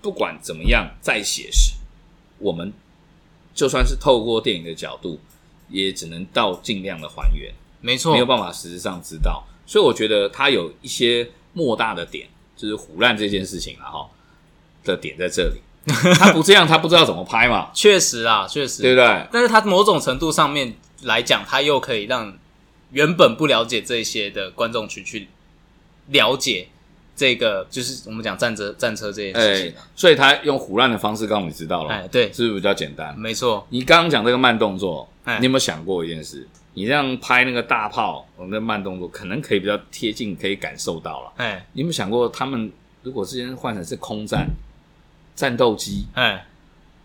[SPEAKER 2] 不管怎么样再写实，我们就算是透过电影的角度，也只能到尽量的还原。
[SPEAKER 3] 没错
[SPEAKER 2] 没有，办法实质上知道，所以我觉得他有一些莫大的点，就是胡乱这件事情了哈的点在这 里。他不这样，他不知道怎么拍嘛，
[SPEAKER 3] 确实啊，确
[SPEAKER 2] 对
[SPEAKER 3] 实，
[SPEAKER 2] 不对？
[SPEAKER 3] 但是它某种程度上面来讲，它又可以让原本不了解这些的观众群去了解这个，就是我们讲战车战车这件事
[SPEAKER 2] 哎
[SPEAKER 3] 情啊，，
[SPEAKER 2] 所以他用胡乱的方式告诉你知道了，
[SPEAKER 3] 哎，对，
[SPEAKER 2] 是不是比较简单？
[SPEAKER 3] 没错，
[SPEAKER 2] 你刚刚讲这个慢动作，
[SPEAKER 3] 哎
[SPEAKER 2] 你有没有想过一件事？你这样拍那个大炮，我们的慢动作可能可以比较贴近，可以感受到了。
[SPEAKER 3] 哎
[SPEAKER 2] 你有没有想过，他们如果之前换成是空战、战斗机，
[SPEAKER 3] 哎，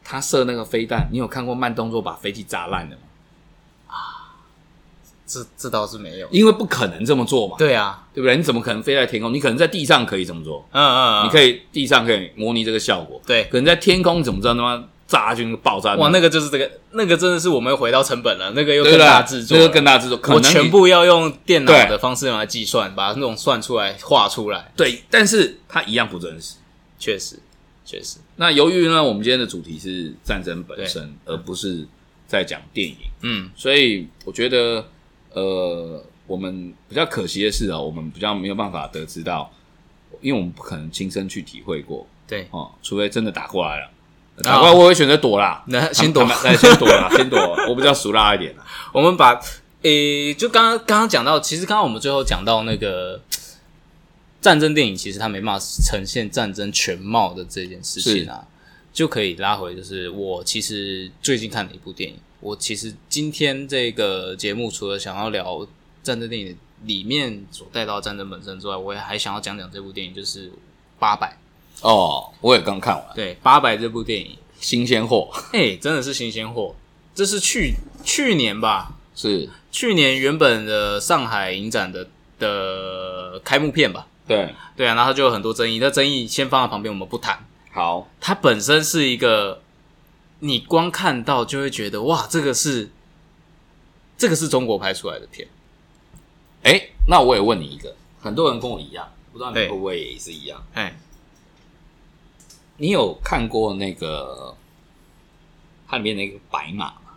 [SPEAKER 2] 他射那个飞弹，你有看过慢动作把飞机炸烂的吗？
[SPEAKER 3] 这这倒是没有，
[SPEAKER 2] 因为不可能这么做嘛，
[SPEAKER 3] 对啊，
[SPEAKER 2] 对不对？你怎么可能飞在天空？你可能在地上可以这么做，
[SPEAKER 3] 嗯嗯，
[SPEAKER 2] 你可
[SPEAKER 3] 以
[SPEAKER 2] 以地上可以模拟这个效果。
[SPEAKER 3] 对
[SPEAKER 2] 可能在天空你怎么知道他妈炸下去那个爆炸？
[SPEAKER 3] 哇，那个就是这个，那个真的是我们又回到成本了，那个又
[SPEAKER 2] 对
[SPEAKER 3] 更
[SPEAKER 2] 不对
[SPEAKER 3] 大制作了，
[SPEAKER 2] 那个更大制作，可
[SPEAKER 3] 我
[SPEAKER 2] 能你
[SPEAKER 3] 全部要用电脑
[SPEAKER 2] 对
[SPEAKER 3] 的方式用来计算，把那种算出来、画出来，
[SPEAKER 2] 对，但是它一样不真实。
[SPEAKER 3] 确实，确实，
[SPEAKER 2] 那由于呢，我们今天的主题是战争本身，而不是在讲电影，
[SPEAKER 3] 嗯，
[SPEAKER 2] 所以我觉得，呃，我们比较可惜的是哦，我们比较没有办法得知到，因为我们不可能亲身去体会过，
[SPEAKER 3] 对，
[SPEAKER 2] 哦，除非真的打过来了，打过来我会选择躲啦，
[SPEAKER 3] 那先躲
[SPEAKER 2] 他们，他们啊对，先躲啦， 先躲。我比较熟辣一点啊啦，
[SPEAKER 3] 我们把诶、就刚刚刚刚讲到，其实刚刚我们最后讲到那个战争电影，其实它没办法呈现战争全貌的这件事情啊，就可以拉回，就是我其实最近看了一部电影，我其实今天这个节目除了想要聊战争电影里面所带到的战争本身之外，我也还想要讲讲这部电影，就是《八百》。
[SPEAKER 2] 哦，我也刚看完，
[SPEAKER 3] 对，《八百》这部电影，
[SPEAKER 2] 新鲜货
[SPEAKER 3] 哎、真的是新鲜货，这是去去年吧，
[SPEAKER 2] 是，
[SPEAKER 3] 去年原本的上海影展的的开幕片吧，
[SPEAKER 2] 对，
[SPEAKER 3] 对啊，然后就有很多争议，那争议先放在旁边，我们不谈。
[SPEAKER 2] 好，
[SPEAKER 3] 它本身是一个，你光看到就会觉得哇，这个是这个是中国拍出来的片，
[SPEAKER 2] 哎、那我也问你一个，很多人跟我一样，不知道你
[SPEAKER 3] 对
[SPEAKER 2] 会不会也是一样？
[SPEAKER 3] 哎，
[SPEAKER 2] 你有看过那个它里面那个白马吗？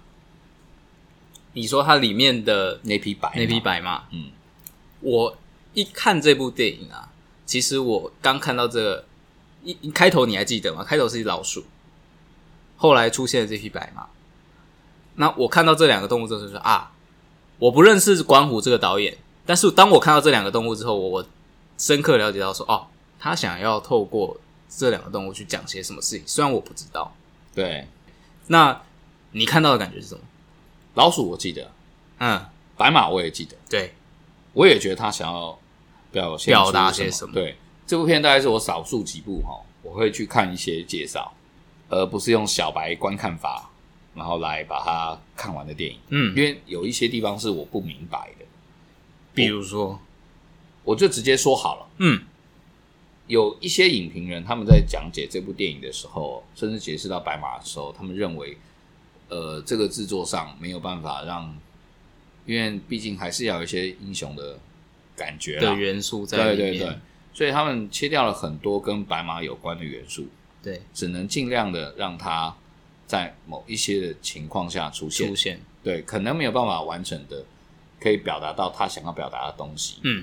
[SPEAKER 3] 你说它里面的
[SPEAKER 2] 那匹白，
[SPEAKER 3] 那匹，白马，
[SPEAKER 2] 嗯，
[SPEAKER 3] 我一看这部电影啊，其实我刚看到这个一一开头你还记得吗？开头是一只老鼠，后来出现了这匹白马。那我看到这两个动物之后就说啊，我不认识关虎这个导演，但是当我看到这两个动物之后，我我深刻了解到说哦，他想要透过这两个动物去讲些什么事情，虽然我不知道。
[SPEAKER 2] 对，
[SPEAKER 3] 那你看到的感觉是什么？
[SPEAKER 2] 老鼠我记得，
[SPEAKER 3] 嗯，
[SPEAKER 2] 白马我也记得，
[SPEAKER 3] 对，
[SPEAKER 2] 我也觉得他想要表现
[SPEAKER 3] 表达
[SPEAKER 2] 出
[SPEAKER 3] 些
[SPEAKER 2] 什
[SPEAKER 3] 什么
[SPEAKER 2] 对，这部片大概是我少数几部哈，我会去看一些介绍，而不是用小白观看法，然后来把它看完的电影。
[SPEAKER 3] 嗯
[SPEAKER 2] 因，为有一些地方是我不明白的，
[SPEAKER 3] 比如说，
[SPEAKER 2] 我就直接说好了。
[SPEAKER 3] 嗯
[SPEAKER 2] 有一些影评人他们在讲解这部电影的时候，甚至解释到白马的时候，他们认为，呃，这个制作上没有办法让，因为毕竟还是要有一些英雄的感觉啦
[SPEAKER 3] 的元素在
[SPEAKER 2] 对
[SPEAKER 3] 里面，
[SPEAKER 2] 对对，所以他们切掉了很多跟白马有关的元素，
[SPEAKER 3] 对
[SPEAKER 2] 只能尽量的让它在某一些的情况下出现
[SPEAKER 3] 出。现，
[SPEAKER 2] 对，可能没有办法完整的可以表达到他想要表达的东西。
[SPEAKER 3] 嗯，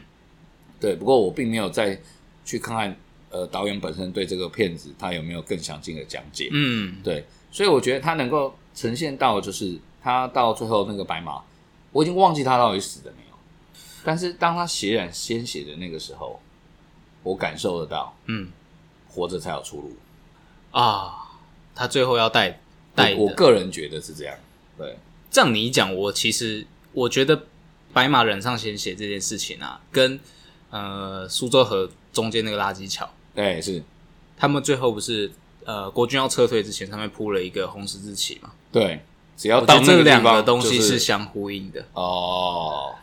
[SPEAKER 2] 对，不过我并没有再去看看呃导演本身对这个片子他有没有更详尽的讲解。
[SPEAKER 3] 嗯，
[SPEAKER 2] 对，所以我觉得他能够呈现到的就是他到最后那个白马，我已经忘记他到底死了没有，但是当他血染鲜血的那个时候，我感受得到
[SPEAKER 3] 嗯
[SPEAKER 2] 活着才有出路。
[SPEAKER 3] 啊，他最后要带带
[SPEAKER 2] 我我
[SPEAKER 3] 的
[SPEAKER 2] 个人觉得是这样。对，
[SPEAKER 3] 这样你一讲，我其实我觉得白马染上鲜血这件事情啊，跟呃苏州河中间那个垃圾桥，
[SPEAKER 2] 对，是，
[SPEAKER 3] 他们最后不是呃国军要撤退之前，上面铺了一个红十字旗嘛？
[SPEAKER 2] 对，只要
[SPEAKER 3] 我觉
[SPEAKER 2] 哦到
[SPEAKER 3] 得
[SPEAKER 2] 那
[SPEAKER 3] 这
[SPEAKER 2] 地
[SPEAKER 3] 两
[SPEAKER 2] 方
[SPEAKER 3] 个东西
[SPEAKER 2] 就是
[SPEAKER 3] 相呼应的，
[SPEAKER 2] 哦，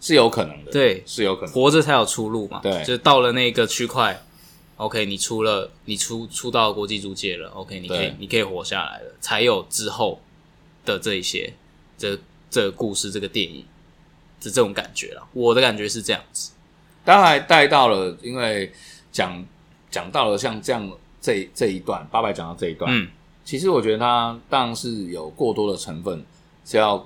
[SPEAKER 2] 是有可能的，
[SPEAKER 3] 对
[SPEAKER 2] 是有可能。
[SPEAKER 3] 活着才有出路嘛。
[SPEAKER 2] 对
[SPEAKER 3] 就是到了那个区块。OK，你出了，你出出到国际租界了。OK，你可以
[SPEAKER 2] 对，
[SPEAKER 3] 你可以活下来了，才有之后的这一些，这这个故事，这个电影，是这种感觉了。我的感觉是这样子。
[SPEAKER 2] 当然还带到了，因为讲讲到了像这样这这一段，八百讲到这一段，
[SPEAKER 3] 嗯，
[SPEAKER 2] 其实我觉得它当然是有过多的成分是要，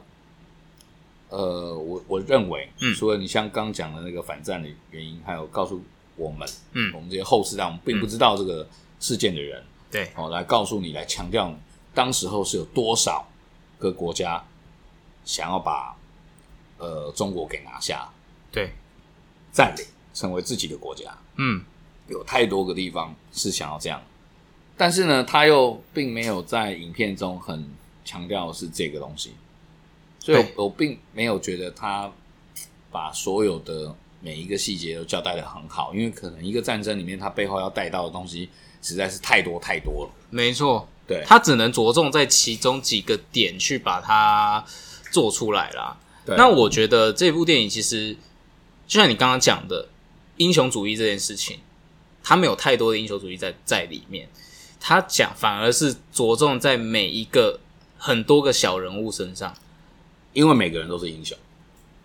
[SPEAKER 2] 呃，我我认为，
[SPEAKER 3] 嗯
[SPEAKER 2] 除了你像刚讲的那个反战的原因，还有告诉我们，
[SPEAKER 3] 嗯
[SPEAKER 2] 我们这些后世代我们并不知道这个事件的人，
[SPEAKER 3] 对，
[SPEAKER 2] 哦，来告诉你，来强调当时候是有多少个国家想要把呃中国给拿下，
[SPEAKER 3] 对，
[SPEAKER 2] 占领成为自己的国家，
[SPEAKER 3] 嗯，
[SPEAKER 2] 有太多个地方是想要这样，但是呢，他又并没有在影片中很强调是这个东西，所以
[SPEAKER 3] 对
[SPEAKER 2] 我我并没有觉得他把所有的每一个细节都交代的很好，因为可能一个战争里面，他背后要带到的东西实在是太多太多了，
[SPEAKER 3] 没错，
[SPEAKER 2] 对，
[SPEAKER 3] 他只能着重在其中几个点去把它做出来啦。
[SPEAKER 2] 对
[SPEAKER 3] 那我觉得这部电影其实就像你刚刚讲的英雄主义这件事情，它没有太多的英雄主义在在里面，他讲反而是着重在每一个很多个小人物身上。
[SPEAKER 2] 因为每个人都是英雄。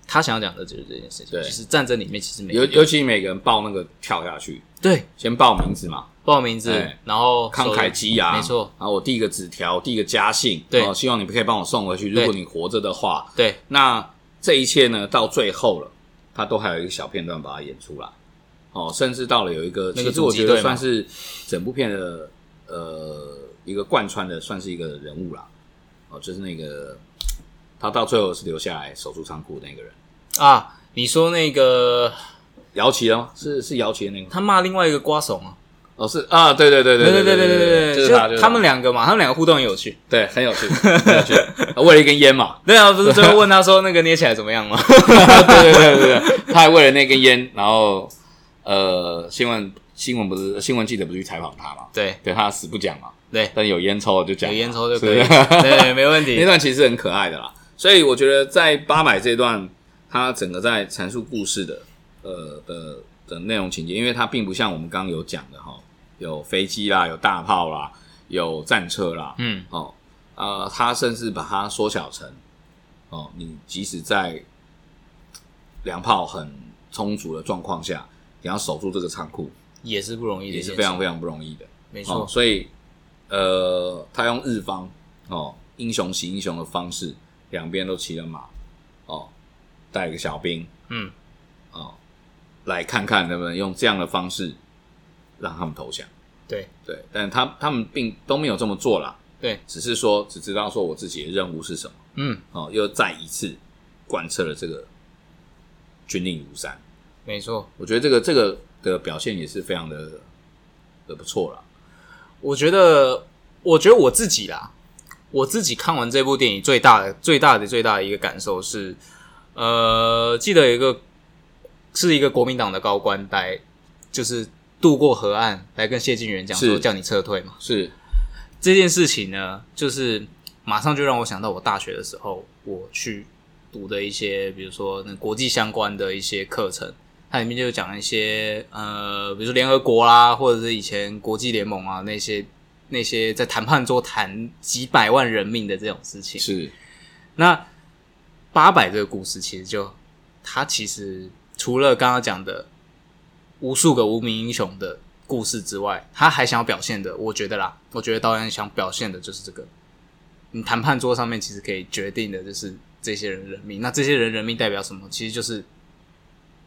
[SPEAKER 3] 他想要讲的就是这件事情，
[SPEAKER 2] 对
[SPEAKER 3] 就是战争里面其实没
[SPEAKER 2] 尤尤其每个人报那个跳下去，
[SPEAKER 3] 对
[SPEAKER 2] 先报名字嘛，
[SPEAKER 3] 报名字，
[SPEAKER 2] 哎
[SPEAKER 3] 然后
[SPEAKER 2] 慷慨激昂，
[SPEAKER 3] 哦没错，
[SPEAKER 2] 然后我递一个纸条，递一个家信，
[SPEAKER 3] 对
[SPEAKER 2] 哦希望你可以帮我送回去。
[SPEAKER 3] 对
[SPEAKER 2] 如果你活着的话，
[SPEAKER 3] 对
[SPEAKER 2] 那这一切呢，到最后了，他都还有一个小片段把它演出来，哦，甚至到了有一个，
[SPEAKER 3] 那个
[SPEAKER 2] 其实我觉
[SPEAKER 3] 阻击
[SPEAKER 2] 得
[SPEAKER 3] 队嘛
[SPEAKER 2] 算是整部片的呃一个贯穿的，算是一个人物啦，哦，就是那个他到最后是留下来守住仓库的那个人，
[SPEAKER 3] 啊，你说那个
[SPEAKER 2] 姚琦了吗？是是姚琦的那个吗。
[SPEAKER 3] 他骂另外一个瓜怂啊。
[SPEAKER 2] 哦，是啊，对对对
[SPEAKER 3] 对
[SPEAKER 2] 对
[SPEAKER 3] 对对
[SPEAKER 2] 对
[SPEAKER 3] 对
[SPEAKER 2] 就是他，就
[SPEAKER 3] 就是他们两个嘛，他们两个互动很有趣。
[SPEAKER 2] 对很有 趣，很有趣。啊为了一根烟嘛，
[SPEAKER 3] 对啊，不 是最后问他说那个捏起来怎么样吗？
[SPEAKER 2] 对对对对对，他还为了那根烟，然后呃，新闻新闻不是新闻记者不是去采访他嘛？
[SPEAKER 3] 对
[SPEAKER 2] 对他死不讲嘛，
[SPEAKER 3] 对，
[SPEAKER 2] 但有烟抽就讲
[SPEAKER 3] 有
[SPEAKER 2] 嘛，
[SPEAKER 3] 烟抽就可以，
[SPEAKER 2] 是
[SPEAKER 3] 对，没 问
[SPEAKER 2] 那
[SPEAKER 3] 题。
[SPEAKER 2] 段其实很可爱的啦，所以我觉得在八百这段，他整个在阐述故事的呃的的内容情节，因为它并不像我们刚刚有讲的哈，有飞机啦，有大炮啦，有战车啦，
[SPEAKER 3] 嗯，
[SPEAKER 2] 哦，呃，他甚至把它缩小成，哦，你即使在粮炮很充足的状况下，你要守住这个仓库
[SPEAKER 3] 也是不容易的
[SPEAKER 2] 也
[SPEAKER 3] 一件事，
[SPEAKER 2] 是非常非常不容易的。
[SPEAKER 3] 没
[SPEAKER 2] 哦
[SPEAKER 3] 错，。
[SPEAKER 2] 所以，呃，他用日方哦英雄惜英雄的方式两边都骑了马，哦，带个小兵，
[SPEAKER 3] 嗯，
[SPEAKER 2] 哦，来看看能不能用这样的方式让他们投降。
[SPEAKER 3] 对
[SPEAKER 2] 对，但他他们并都没有这么做啦，
[SPEAKER 3] 对，
[SPEAKER 2] 只是说只知道说我自己的任务是什么，
[SPEAKER 3] 嗯，
[SPEAKER 2] 哦，又再一次贯彻了这个军令如山。
[SPEAKER 3] 没错。
[SPEAKER 2] 我觉得这个这个的表现也是非常的的不错啦。
[SPEAKER 3] 我觉得，我觉得我自己啦，我自己看完这部电影最大的、最大的、最大的一个感受是，呃，记得有一个是一个国民党的高官来，就是渡过河岸来跟谢晋元讲说
[SPEAKER 2] 是
[SPEAKER 3] 叫你撤退嘛。
[SPEAKER 2] 是
[SPEAKER 3] 这件事情呢，就是马上就让我想到我大学的时候我去读的一些，比如说那国际相关的一些课程，它里面就讲一些呃，比如说联合国啦，或者是以前国际联盟啊那些那些在谈判桌谈几百万人命的这种事情。
[SPEAKER 2] 是，
[SPEAKER 3] 那八百这个故事其实就它其实除了刚刚讲的无数个无名英雄的故事之外，他还想要表现的，我觉得啦，我觉得导演想表现的就是这个。你谈判桌上面其实可以决定的就是这些人人命，那这些人人命代表什么？其实就是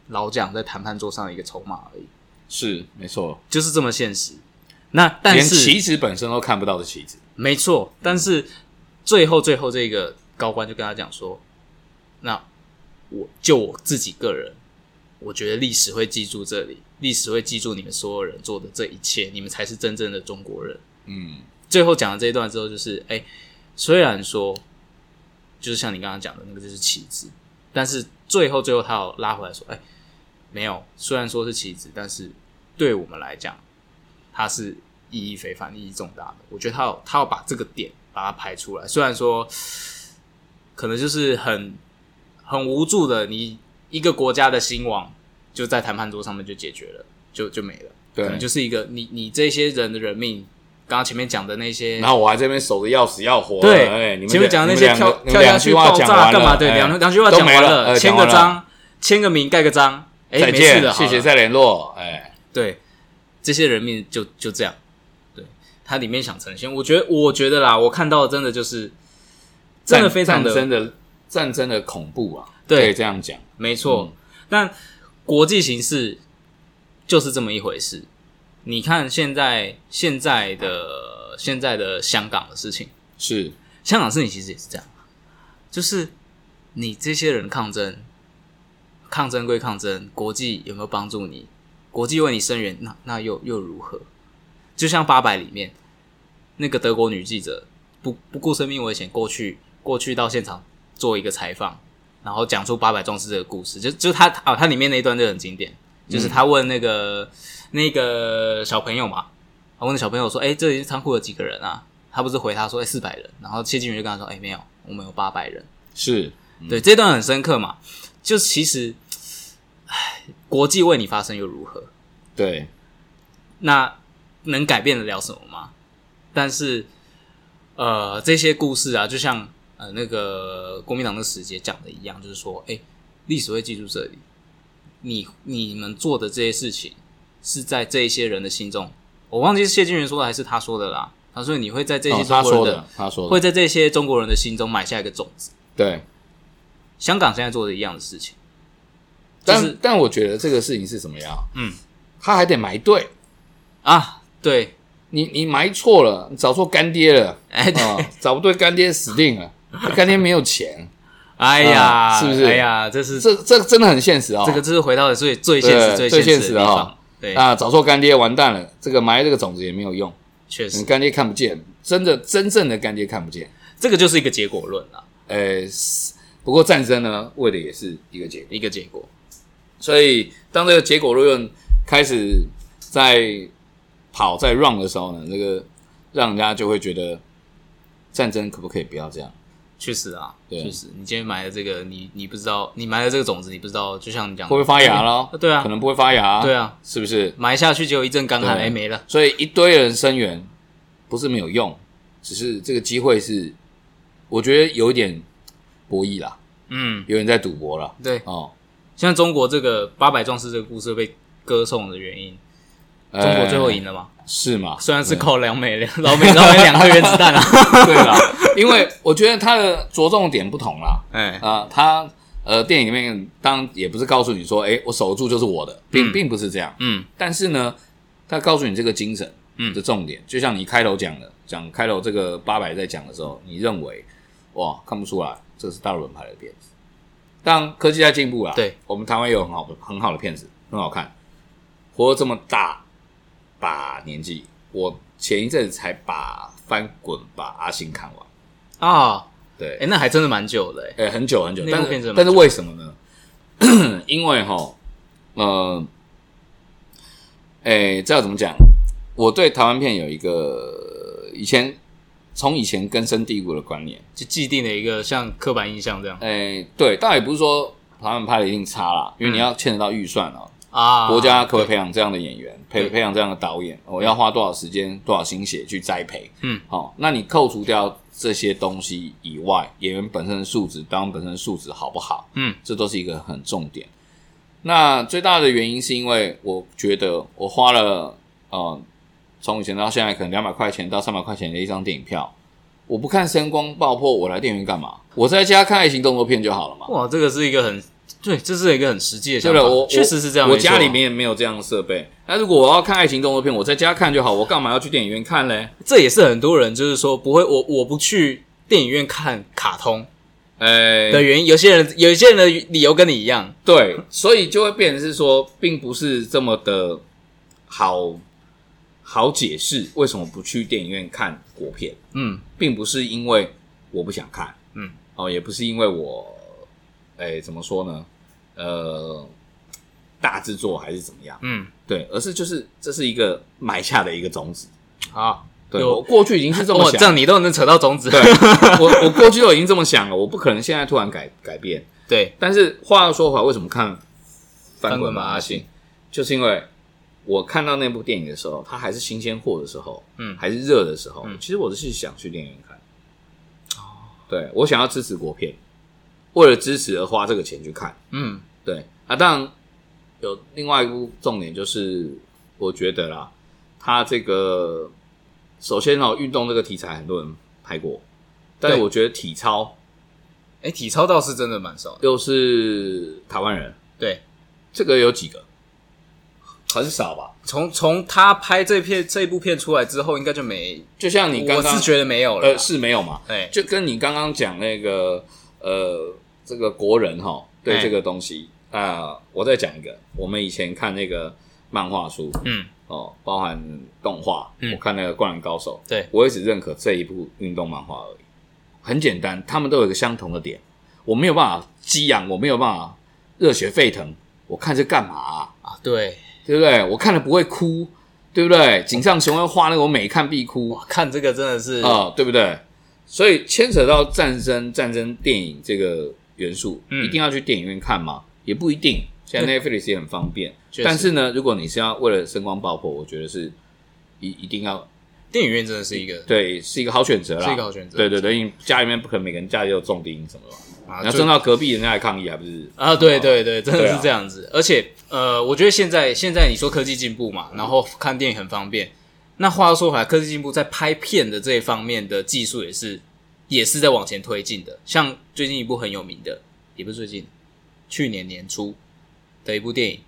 [SPEAKER 3] 老蒋在谈判桌上的一个筹码而已，
[SPEAKER 2] 是没错，
[SPEAKER 3] 就是这么现实。那但
[SPEAKER 2] 连
[SPEAKER 3] 是
[SPEAKER 2] 棋子本身都看不到的棋子，
[SPEAKER 3] 没错，但是最后最后这个高官就跟他讲说，那我就我自己个人，我觉得历史会记住这里，历史会记住你们所有人做的这一切，你们才是真正的中国人。
[SPEAKER 2] 嗯，
[SPEAKER 3] 最后讲了这一段之后，就是哎、虽然说就是像你刚刚讲的那个就是棋子，但是最后最后他有拉回来说，哎、没有，虽然说是棋子，但是对我们来讲，它是意义非凡、意义重大的。我觉得他有他要把这个点把它排出来，虽然说可能就是很很无助的，你一个国家的兴亡就在谈判桌上面就解决了，就就没了。
[SPEAKER 2] 对
[SPEAKER 3] 可能就是一个你你这些人的人命，刚刚前面讲的那些，
[SPEAKER 2] 然后我还这边守的要死要活，
[SPEAKER 3] 对，
[SPEAKER 2] 哎，你们
[SPEAKER 3] 前面讲的那些跳跳下去爆炸干嘛？对，两两句话
[SPEAKER 2] 讲
[SPEAKER 3] 讲
[SPEAKER 2] 完
[SPEAKER 3] 完
[SPEAKER 2] 了哎哎都没了，哎
[SPEAKER 3] 签
[SPEAKER 2] 讲
[SPEAKER 3] 个
[SPEAKER 2] 完了，
[SPEAKER 3] 章，签个名，盖个章，哎，
[SPEAKER 2] 再
[SPEAKER 3] 没事
[SPEAKER 2] 见，
[SPEAKER 3] 了，好
[SPEAKER 2] 谢
[SPEAKER 3] 了
[SPEAKER 2] 谢，再联络，哎，
[SPEAKER 3] 对，这些人命就就这样，对，它里面想呈现，我觉得我觉得啦，我看到的真的就是真的
[SPEAKER 2] 战
[SPEAKER 3] 非常的
[SPEAKER 2] 战争的战争的恐怖啊，
[SPEAKER 3] 对
[SPEAKER 2] 可以这样讲，嗯
[SPEAKER 3] 没错，但国际形势就是这么一回事。你看现在现在的现在的香港的事情，
[SPEAKER 2] 是
[SPEAKER 3] 香港事情其实也是这样，就是你这些人抗争，抗争归抗争，国际有没有帮助你？国际为你声援，那那又又如何？就像八百里面那个德国女记者，不不顾生命危险过去，过去到现场做一个采访，然后讲出八百壮士这个故事，就就他啊，他里面那一段就很经典，就是他问那个、那个小朋友嘛，他问那小朋友说：“哎、这里仓库有几个人啊？”他不是回他说：“哎、四百人。”然后谢晋元就跟他说：“哎、没有，我们有八百人。
[SPEAKER 2] 是，
[SPEAKER 3] 对，这段很深刻嘛。就其实，唉，国际为你发声又如何？
[SPEAKER 2] 对，
[SPEAKER 3] 那能改变得了什么吗？但是，呃，这些故事啊，就像呃那个国民党的时节讲的一样，就是说，哎、历史会记住这里，你你们做的这些事情是在这一些人的心中。我忘记是谢晋元说的还是他说的啦。他说你会在这
[SPEAKER 2] 哦
[SPEAKER 3] 些
[SPEAKER 2] 他
[SPEAKER 3] 中国人
[SPEAKER 2] 说
[SPEAKER 3] 的、
[SPEAKER 2] 的，他说
[SPEAKER 3] 会
[SPEAKER 2] 的，
[SPEAKER 3] 在这些中国人的心中埋下一个种子。
[SPEAKER 2] 对，
[SPEAKER 3] 香港现在做的一样的事情，就是
[SPEAKER 2] 但但我觉得这个事情是怎么样？
[SPEAKER 3] 嗯，
[SPEAKER 2] 他还得埋对，
[SPEAKER 3] 啊，对，
[SPEAKER 2] 你你埋错了，你找错干爹了，
[SPEAKER 3] 哎， 对
[SPEAKER 2] 啊，找不对干爹死定了，干爹没 有钱，
[SPEAKER 3] 哎呀，
[SPEAKER 2] 啊是不是
[SPEAKER 3] 哎呀，这是
[SPEAKER 2] 这这真的很现实哦。
[SPEAKER 3] 这个就是回到了最最现实、最
[SPEAKER 2] 对最
[SPEAKER 3] 现
[SPEAKER 2] 现
[SPEAKER 3] 实
[SPEAKER 2] 实
[SPEAKER 3] 的
[SPEAKER 2] 的
[SPEAKER 3] 地
[SPEAKER 2] 哈
[SPEAKER 3] 方。对，
[SPEAKER 2] 啊，找错干爹完蛋了，这个埋这个种子也没有用，
[SPEAKER 3] 确
[SPEAKER 2] 你
[SPEAKER 3] 实，
[SPEAKER 2] 干爹看不见，真的真正的干爹看不见。
[SPEAKER 3] 这个就是一个结果论啊，
[SPEAKER 2] 呃，是不过战争呢，为的也是一个结果。
[SPEAKER 3] 一个结果。
[SPEAKER 2] 所以当这个结果论开始在跑在 run 的时候呢，这个让人家就会觉得战争可不可以不要这样？
[SPEAKER 3] 确实啊，
[SPEAKER 2] 嗯对
[SPEAKER 3] 确实，你今天埋的这个，你你不知道，你埋的这个种子，你不知道，就像你讲的，
[SPEAKER 2] 会不会发芽咯
[SPEAKER 3] 哎对啊
[SPEAKER 2] 可，能不会发芽、
[SPEAKER 3] 对，啊，
[SPEAKER 2] 是不是？
[SPEAKER 3] 埋下去只有一阵干旱，
[SPEAKER 2] 对
[SPEAKER 3] 哎，没了。
[SPEAKER 2] 所以一堆人声援不是没有用，只是这个机会是我觉得有一点博弈啦，
[SPEAKER 3] 嗯，
[SPEAKER 2] 有点在赌博啦。
[SPEAKER 3] 对，
[SPEAKER 2] 哦，
[SPEAKER 3] 像中国这个八百壮士这个故事被歌颂的原因，
[SPEAKER 2] 中
[SPEAKER 3] 中国最后赢了嘛？
[SPEAKER 2] 呃是啊吗？
[SPEAKER 3] 虽然是靠老美两 老美老美两颗原子弹啊，
[SPEAKER 2] 对啦，因为我觉得它的着重点不同啦。
[SPEAKER 3] 哎，
[SPEAKER 2] 啊、他呃，电影里面当然也不是告诉你说，哎、我守住就是我的，并、
[SPEAKER 3] 嗯
[SPEAKER 2] 并不是这样。
[SPEAKER 3] 嗯
[SPEAKER 2] 但是呢，他告诉你这个精神，
[SPEAKER 3] 嗯
[SPEAKER 2] 的重点，就像你开头讲的，讲开头这个八百在讲的时候，你认为哇，看不出来这是大陆人拍的片子。当科技在进步啦，
[SPEAKER 3] 对，
[SPEAKER 2] 我们台湾也有很好的很好的片子，很好看。活这么大把年纪，我前一阵子才把《翻滚吧，阿信》看完，
[SPEAKER 3] 啊，
[SPEAKER 2] 对，
[SPEAKER 3] 哎，那还真的蛮久的哎，
[SPEAKER 2] 诶、很久很久，
[SPEAKER 3] 那部
[SPEAKER 2] 但
[SPEAKER 3] 片真
[SPEAKER 2] 是
[SPEAKER 3] 的蛮
[SPEAKER 2] 但是为什么呢？ 因为哈，呃，诶、这要怎么讲？我对台湾片有一个以前从以前根深蒂固的观念，
[SPEAKER 3] 就既定的一个像刻板印象这样
[SPEAKER 2] 诶、对，倒也不是说台湾拍的一定差啦，因为你要牵扯到预算哦、
[SPEAKER 3] 嗯啊，
[SPEAKER 2] 国家可不可以培养这样的演员，培
[SPEAKER 3] 对
[SPEAKER 2] 培养这样的导演？我、要花多少时间、多少心血去栽培？
[SPEAKER 3] 嗯，
[SPEAKER 2] 好、那你扣除掉这些东西以外，演员本身的素质，当然本身的素质好不好？
[SPEAKER 3] 嗯，
[SPEAKER 2] 这都是一个很重点。那最大的原因是因为我觉得我花了呃，从以前到现在可能两百块钱到三百块钱的一张电影票，我不看声光爆破，我来电影院干嘛？我在家看爱情动作片就好了嘛。
[SPEAKER 3] 哇，这个是一个很对，这是一个很实际的
[SPEAKER 2] 对
[SPEAKER 3] 想
[SPEAKER 2] 不
[SPEAKER 3] 法
[SPEAKER 2] 对？我
[SPEAKER 3] 确实是这样。
[SPEAKER 2] 我
[SPEAKER 3] 没错
[SPEAKER 2] 家里面也没有这样的设备。那如果我要看爱情动作片，我在家看就好，我干嘛要去电影院看嘞？
[SPEAKER 3] 这也是很多人就是说不会，我我不去电影院看卡通
[SPEAKER 2] 呃，
[SPEAKER 3] 的原因。有些人有些人的理由跟你一样，
[SPEAKER 2] 对，所以就会变成是说，并不是这么的好好解释为什么不去电影院看国片，
[SPEAKER 3] 嗯，
[SPEAKER 2] 并不是因为我不想看，
[SPEAKER 3] 嗯，
[SPEAKER 2] 哦，也不是因为我，哎，怎么说呢？呃，大制作还是怎么样？
[SPEAKER 3] 嗯，
[SPEAKER 2] 对，而是就是这是一个埋下的一个种子。
[SPEAKER 3] 好，
[SPEAKER 2] 对，
[SPEAKER 3] 有
[SPEAKER 2] 我过去已经是这么
[SPEAKER 3] 哇
[SPEAKER 2] 想
[SPEAKER 3] 这
[SPEAKER 2] 了，
[SPEAKER 3] 样你都能扯到种子，
[SPEAKER 2] 对 我，我过去都已经这么想了，我不可能现在突然改改变。
[SPEAKER 3] 对，
[SPEAKER 2] 但是话又说回来，为什么看《翻
[SPEAKER 3] 翻
[SPEAKER 2] 滚
[SPEAKER 3] 滚吧
[SPEAKER 2] 吧
[SPEAKER 3] 阿
[SPEAKER 2] 阿信》？就是因为我看到那部电影的时候，它还是新鲜货的时候，
[SPEAKER 3] 嗯
[SPEAKER 2] 还是热的时候，
[SPEAKER 3] 嗯哦
[SPEAKER 2] 其实我是想去电影院看。对我想要支持国片，为了支持而花这个钱去看。
[SPEAKER 3] 嗯
[SPEAKER 2] 对啊，当然有另外一部重点就是，我觉得啦，它这个首先哦，运动这个题材很多人拍过，但是
[SPEAKER 3] 对
[SPEAKER 2] 我觉得体操
[SPEAKER 3] 哎，体操倒是真的蛮少的，
[SPEAKER 2] 又是台湾人，
[SPEAKER 3] 对。
[SPEAKER 2] 这个有几个？很少吧？
[SPEAKER 3] 从从他拍这片这部片出来之后，应该就没，
[SPEAKER 2] 就像你刚
[SPEAKER 3] 我
[SPEAKER 2] 刚
[SPEAKER 3] 是觉得没有了啦。
[SPEAKER 2] 呃是没有嘛？
[SPEAKER 3] 哎，
[SPEAKER 2] 就跟你刚刚讲那个呃，这个国人哈对
[SPEAKER 3] 哎
[SPEAKER 2] 这个东西啊、我再讲一个，我们以前看那个漫画书，
[SPEAKER 3] 嗯，
[SPEAKER 2] 哦，包含动画，
[SPEAKER 3] 嗯
[SPEAKER 2] 我看那个《灌篮高手》，
[SPEAKER 3] 对
[SPEAKER 2] 我也只认可这一部运动漫画而已。很简单，他们都有一个相同的点，我没有办法激昂，我没有办法热血沸腾，我看这干嘛啊、
[SPEAKER 3] 啊，对，
[SPEAKER 2] 对不对？我看了不会哭，对不对？井上雄彦画那个，我每看必哭啊
[SPEAKER 3] 哇，、看这个真的是，
[SPEAKER 2] 对不对？所以牵扯到战争、战争电影这个元素，
[SPEAKER 3] 嗯
[SPEAKER 2] 一定要去电影院看吗？也不一定。现在 Netflix 也很方便，
[SPEAKER 3] 确实
[SPEAKER 2] 但是呢，如果你是要为了声光爆破，我觉得是一一定要
[SPEAKER 3] 电影院真的是一个
[SPEAKER 2] 对，是一个好选择啦，
[SPEAKER 3] 是一个好选择
[SPEAKER 2] 对对对，因为家里面不可能每个人家里都有重低音什么的嘛，
[SPEAKER 3] 啊
[SPEAKER 2] 你要
[SPEAKER 3] 就
[SPEAKER 2] 争到隔壁人家来抗议，还不是
[SPEAKER 3] 啊，对对对，真的
[SPEAKER 2] 对啊
[SPEAKER 3] 是这样子。而且，呃，我觉得现在现在你说科技进步嘛，然后看电影很方便。那话又说回来，科技进步在拍片的这一方面的技术也是也是在往前推进的。像最近一部很有名的，也不是最近，去年年初的一部电影《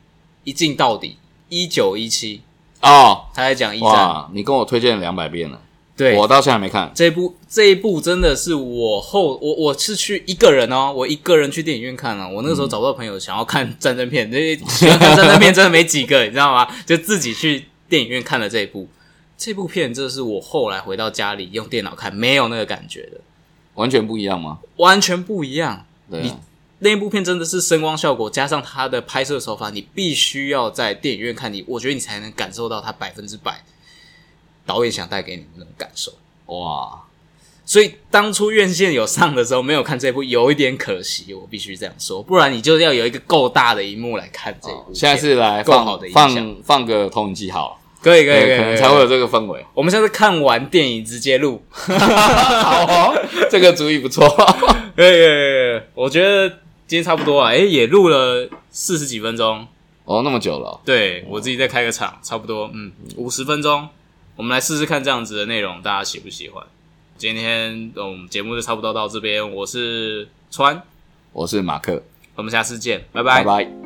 [SPEAKER 3] 一镜到底》，一九一七，
[SPEAKER 2] 哦，
[SPEAKER 3] 他在讲一战。
[SPEAKER 2] 哇，你跟我推荐了两百遍了，
[SPEAKER 3] 对，
[SPEAKER 2] 我到现在还没看，
[SPEAKER 3] 这一部这一部真的是我后我我是去一个人哦，我一个人去电影院看了、我那个时候
[SPEAKER 2] 嗯
[SPEAKER 3] 找不到朋友想要看战争片，那 喜欢看战争片真的没几个，你知道吗？就自己去电影院看了这一部。这部片，这是我后来回到家里用电脑看，没有那个感觉的，
[SPEAKER 2] 完全不一样吗？
[SPEAKER 3] 完全不一样。
[SPEAKER 2] 对、
[SPEAKER 3] 你
[SPEAKER 2] 啊，
[SPEAKER 3] 那一部片真的是声光效果加上它的拍摄手法，你必须要在电影院看你，我觉得你才能感受到它百分之百导演想带给你的那种感受。
[SPEAKER 2] 哇，
[SPEAKER 3] 所以当初院线有上的时候没有看这部，有一点可惜，我必须这样说，不然你就要有一个够大的荧幕来看哦这一部片。
[SPEAKER 2] 下次来
[SPEAKER 3] 够
[SPEAKER 2] 放
[SPEAKER 3] 好的影响
[SPEAKER 2] 放放个投影机好了，
[SPEAKER 3] 可以可以可以，
[SPEAKER 2] 可能
[SPEAKER 3] 哎可以
[SPEAKER 2] 才会有。这个氛围。
[SPEAKER 3] 我们下次看完电影直接录，
[SPEAKER 2] 好哦， 这个主意不错。
[SPEAKER 3] 哎可以可以可以可以。我觉得今天差不多啊，诶、也录了四十几分钟，
[SPEAKER 2] 哦，那么久了哦、
[SPEAKER 3] 对我自己再开个场，差不多嗯五十分钟，我们来试试看这样子的内容，大家喜不喜欢？今天我们节目就差不多到这边，我是川，
[SPEAKER 2] 我是马克，
[SPEAKER 3] 我们下次见，拜
[SPEAKER 2] 拜拜。